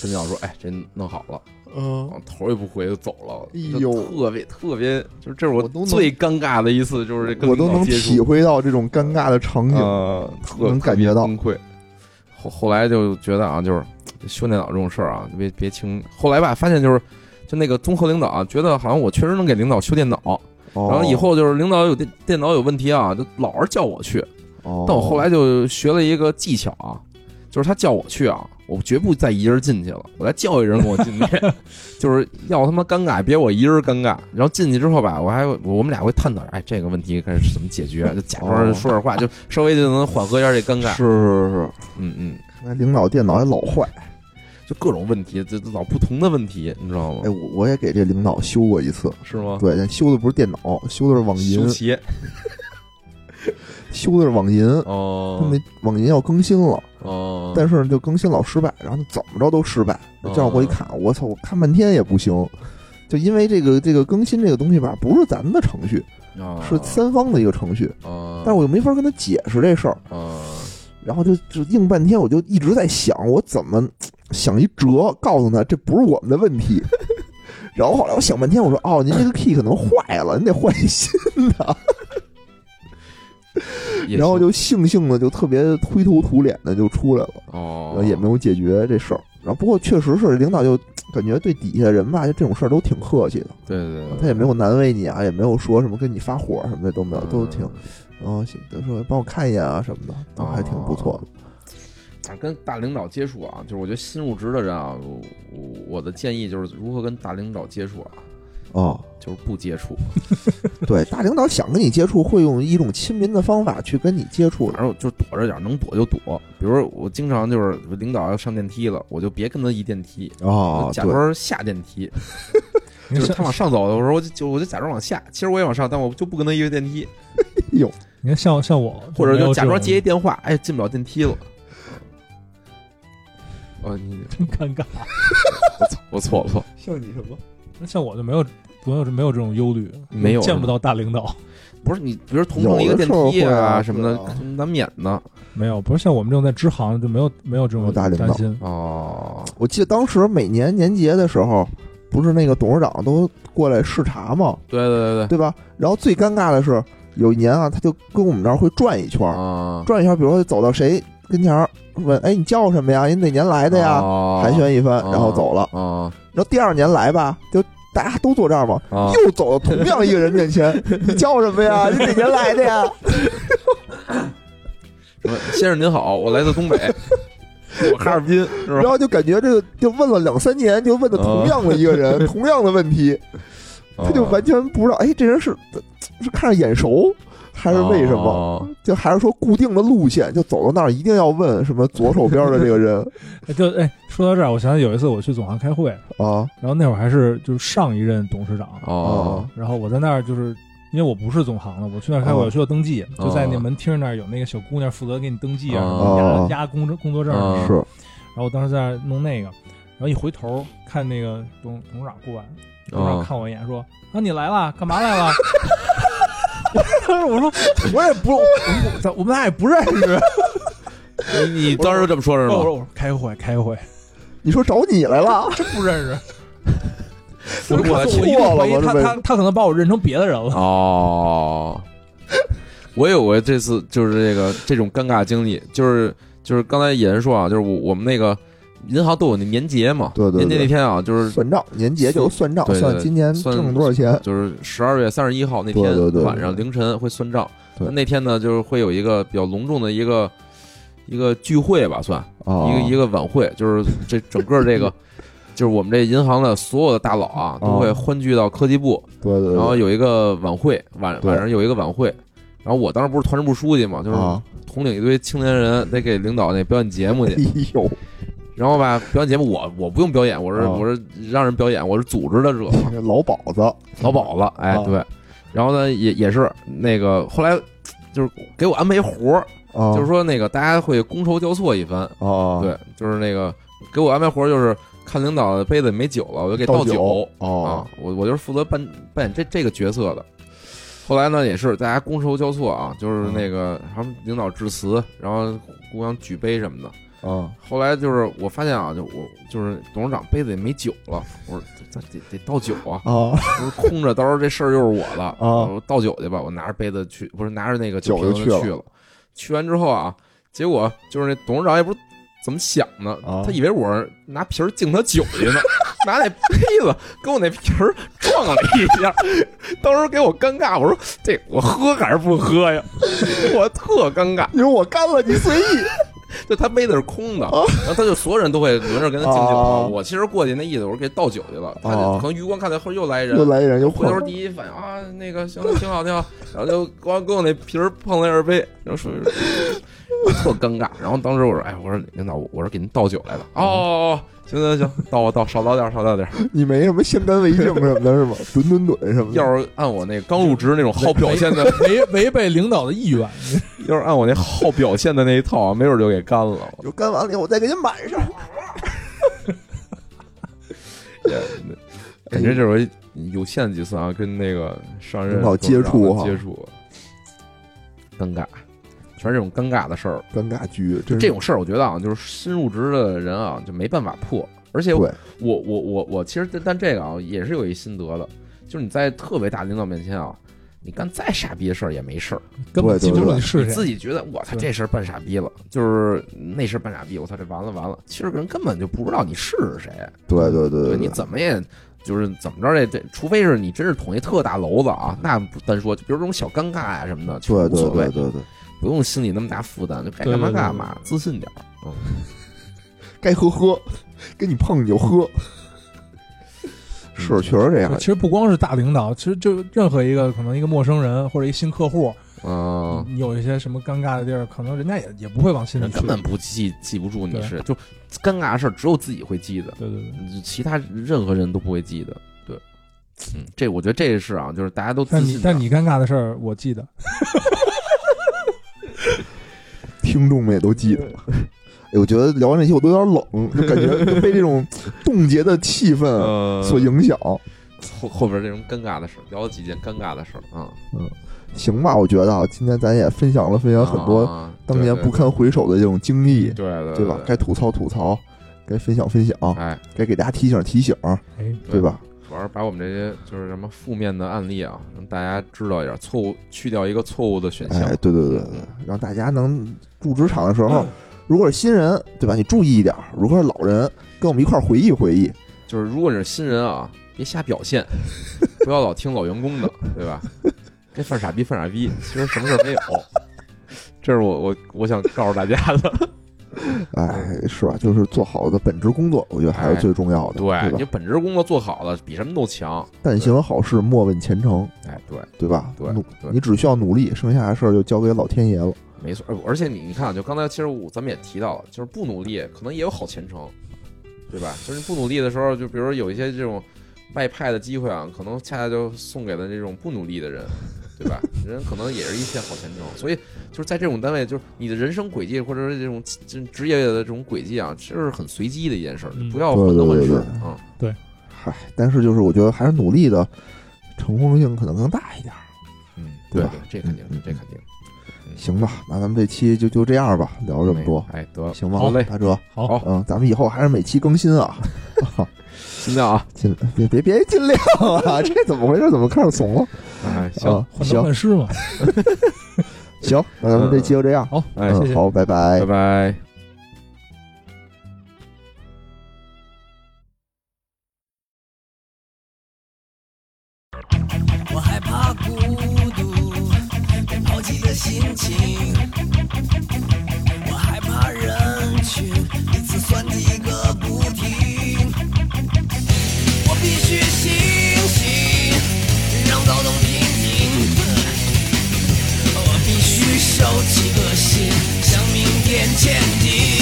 陈教授说：“哎，这弄好了。”嗯然后头也不回就走了。哎就呦特别特别，就是这是我都能最尴尬的一次，就是跟我都领导能接体触，会到这种尴尬的场景，呃，特能特感别觉到崩溃。后后来就觉得啊，就是修电脑这种事儿啊，别别轻。后来吧，发现就是。就那个综合领导啊，觉得好像我确实能给领导修电脑，哦然然后以，后就是领导有电电脑有问题啊，就老是叫我去。但但我后来就学了一个技巧啊，就是他叫我去啊，我绝不再一人进去了，我再叫一人跟我进去，就是要他妈尴尬，别我一人尴尬。然后进去之后吧，我还我我们俩会探讨，哎，这个问题该是怎么解决，就假装哦说点话，就稍微就能缓和一下这尴尬是。是是，嗯嗯，看来领导电脑还老坏。就各种问题，这这老不同的问题，你知道吗哎，？我我也给这领导修过一次，是吗？对，但修的不是电脑，修的是网嗯修银，鞋修的是网银。他哦们那网银要更新了，哦，但是就更新老失败，然后就怎么着都失败。哦这样我一看，我操，我看半天也不行，就因为这个这个更新这个东西吧，不是咱们的程序，哦是三方的一个程序，哦，但是我又没法跟他解释这事儿，哦然后就就硬半天，我就一直在想，我怎么想一辙告诉他这不是我们的问题。 然后后来我想半天，我说哦，您这个 key 可能坏了，您得换一新的。也然后行就悻悻的就特别灰头土脸的就出来了，然哦后，也没有解决这事儿。然后不过确实是领导就感觉对底下的人吧，就这种事儿都挺客气的，对对对，他也没有难为你啊，也没有说什么跟你发火什么的都没有，嗯都挺哦，行他说帮我看一眼啊什么的，都还挺不错的。反啊正跟大领导接触啊，就是我觉得新入职的人啊，我我我的建议就是如何跟大领导接触啊，哦，就是不接触。 对，大领导想跟你接触，会用一种亲民的方法去跟你接触的。反正我就躲着点儿，能躲就躲。比如说我经常就是领导要上电梯了，我就别跟他一电梯，哦我假对，装下电梯。你就是看他往像上走的时候，我就就我就假装往下，其实我也往上，但我就不跟他一个电梯，你看像像我，或者没有就假这装种接一电话，哎，进不了电梯了。哦，你真 尴尬。我错我错，像你什么？那像我就没有没有没有这种忧虑，没有见不到大领导，不是你，比如同乘一个电有的梯时候会啊什么的，对啊难免的没有，不是像我们这种在支行就没有没有这没有种大领导担心。哦。我记得当时每年年节的时候，不是那个董事长都过来视察嘛，对对对对吧？然后最尴尬的是，有一年啊，他就跟我们这儿会转一圈对儿，啊，转一圈儿，比如说走到谁跟前儿问，哎，你叫什么呀？你哪年来的呀？哦寒暄一番，哦然后走了。啊然后第二年来吧，就大家都坐这儿嘛，啊，又走到同样一个人面 前，你叫什么呀？你哪年来的呀？什么先生您好，我来自东北，我哈尔滨是吧然？后就感觉这个就问了两三年，就问的啊同样的一个 人，同样的问题，他就完全不知道，哎，这人是是看着眼熟，还是为什么？么？就还是说固定的路线，就走到那儿一定要问什么左手边的这个人哎就哎，说到这儿，我想起有一次我去总行开会， 啊然后那会儿还是就是上一任董事长，哦，然后我在那儿就是因为我不是总行了，我去那儿开会，哦我需要登记，哦就在那门厅那儿有那个小姑娘负责给你登记啊，哦压压工作工作证儿。哦是然后我当时在那儿弄那个，然后一回头看那个董董事长过来，哦董事长看我一眼说：“啊，你来了，干嘛来了？”我说：“我也不，我我咱我们俩也不认识。你你当时就这么说”是我吗？说：“我说开个会，开个会，你说找你来了，真不认识。”我我我错一了度怀疑我这他辈他他可能把我认成别的人了。哦，我有过这次就是这个这种尴尬经历，就是就是刚才野人说啊，就是我我们那个银行都有那年节嘛，对对对年节那天啊，就是算账，年节就是算账，对对对算今年算挣了多少钱。就是十二月三十一号那对对天对晚上凌晨会算账。对那天呢，就是会有一个比较隆重的一个一个聚会吧，算一个一个个晚会，就是这整个这 个就是我们这银行的所有的大佬啊，都会欢聚到科技部，对对，对然后有一个晚会，晚对晚上有一个晚会。然后我当时不是团支部书记嘛，就是啊，统领一堆青年人得给领导那表演节目哎 去。呦，然后吧，表演节目我我不用表演，我是啊我是让人表演，我是组织的者。老鸨子老鸨子，哎啊，对，然后呢，也也是那个后来就是给我安排活儿，啊，就是说那个大家会觥筹交错一番，啊，对，就是那个给我安排活儿，就是看领导的杯子里没酒了，我就给倒倒酒啊哦，，我我就是负责扮扮演这这个角色的。后来呢，也是大家觥筹交错啊，就是那个他们领导致辞，然后互相举杯什么的。啊，后来就是我发现啊，就我就是董事长杯子里没酒了，我说咱得得倒酒啊，啊，不是空着，到时候这事儿又是我了啊我倒酒去吧，我拿着杯子去，不是拿着那个酒就去瓶子了去了。去完之后啊，结果就是那董事长也不知怎么想的，啊他以为我是拿瓶儿敬他酒去呢，拿那杯子跟我那瓶儿撞了一下，当时给我尴尬，我说这我喝还是不喝呀？ 我特尴尬，因为我干了，你随意。就他杯子是空的，然后他就所有人都会轮着跟他敬酒嘛。啊我其实过去那意思，我是给倒酒去了，他就啊可能余光看见后又来 一人，又来一人，又回混头第一反应啊，那个行，挺好，挺好，然后就光跟我那皮儿碰了一下杯，然后说特尴尬。然后当时我说，哎，我说领导，我说给您倒酒来了。哦哦，哦行行行，倒吧倒，少倒点，少倒点。你没什么先干为敬什么的，是吗？怼怼怼什么的。要是按我那刚入职那种好表现的，违违背领导的意愿，要是按我那好表现的那一套啊，没准就给干了。就干完了以后，我再给您满上。也 哎感觉这回有限几次啊，跟那个上任领导接触哈接触，尴尬，全是这种尴尬的事儿。尴尬局，真是这种事儿，我觉得啊，就是新入职的人啊，就没办法破，而且我对，我我我其实但这个啊也是有一心得的，就是你在特别大领导面前啊，你干再傻逼的事儿也没事儿，根本记不住你你是谁。自己觉得我操对这事儿办傻逼了，就是那事儿办傻逼，我操这完了完了，其实人根本就不知道你是谁，对对对你对，怎么也。就是怎么着这这，除非是你真是捅一特大娄子啊，那不单说，就比如这种小尴尬呀、什么的，就对无所对谓对，对对，不用心里那么大负担，就该干嘛干嘛，自信点儿。该喝喝，跟你碰你就喝，嗯是确实这样就。其实不光是大领导，其实就任何一个可能一个陌生人或者一新客户，嗯，你有一些什么尴尬的地儿，可能人家也也不会往心里人去。根本不记记不住你嗯对是，就尴尬的事儿只有自己会记得，对对对。其他任何人都不会记得。对，嗯，这我觉得这是啊，就是大家都自但信你点但你尴尬的事儿，我记得。听众们也都记得了。嗯哎，我觉得聊完这期我都有点冷，就感 觉被这种冻结的气氛啊嗯呃所影响。后后边这种尴尬的事儿，聊了几件尴尬的事儿啊，行吧，我觉得啊，今天咱也分享了分享很多啊当年不，堪回首的这种经历对，对对对吧？该吐槽吐槽，该分享分享，哎，该给大家提醒提醒，哎，对吧？主要是把我们这些就是什么负面的案例啊，让大家知道一点，错误去掉一个错误的选项哎，，对对对对对，让大家能入职场的时候，如果是新人，对吧？你注意一点；如果是老人，跟我们一块儿回忆回忆。就是如果你是新人啊，别瞎表现，不要老听老员工的，对吧？该犯傻逼犯傻逼，其实什么事儿没有。这是我我我想告诉大家的。哎，是吧？就是做好的本职工作，我觉得还是嗯哎最重要的，对，吧你？本职工作做好了，比什么都强。但行好事，莫问前程，哎，对对吧？对努对你只需要努力，剩下的事儿就交给老天爷了。没错。而而且你你看啊，就刚才其实我咱们也提到了，就是不努力可能也有好前程，对吧？就是你不努力的时候，就比如说有一些这种外派的机会啊，可能恰恰就送给了这种不努力的人，对吧？人可能也是一片好前程。所以就是在这种单位，就是你的人生轨迹或者是这种这职业的这种轨迹啊，其实是很随机的一件事儿，嗯不要患得患对对失对啊。嗯嗨，但是就是我觉得还是努力的成功性可能更大一点儿。嗯，对对吧，这肯定嗯嗯，这肯定。行吧，那咱们这期就就这样吧，聊这么多，哎，得行吧？好嘞，大哲，好好嗯，咱们以后还是每期更新啊，尽量啊。尽别别别尽量啊，这怎么回事？怎么开始怂了？哎，行，啊，患得行患失嘛。行，那咱们这期就这样，嗯好，哎，谢嗯，谢好，拜拜拜。拜。我害怕孤独，被抛弃的心情。我害怕人群彼此算计个不停。我必须清醒，让躁动平静。我必须收起恶心，向明天前进。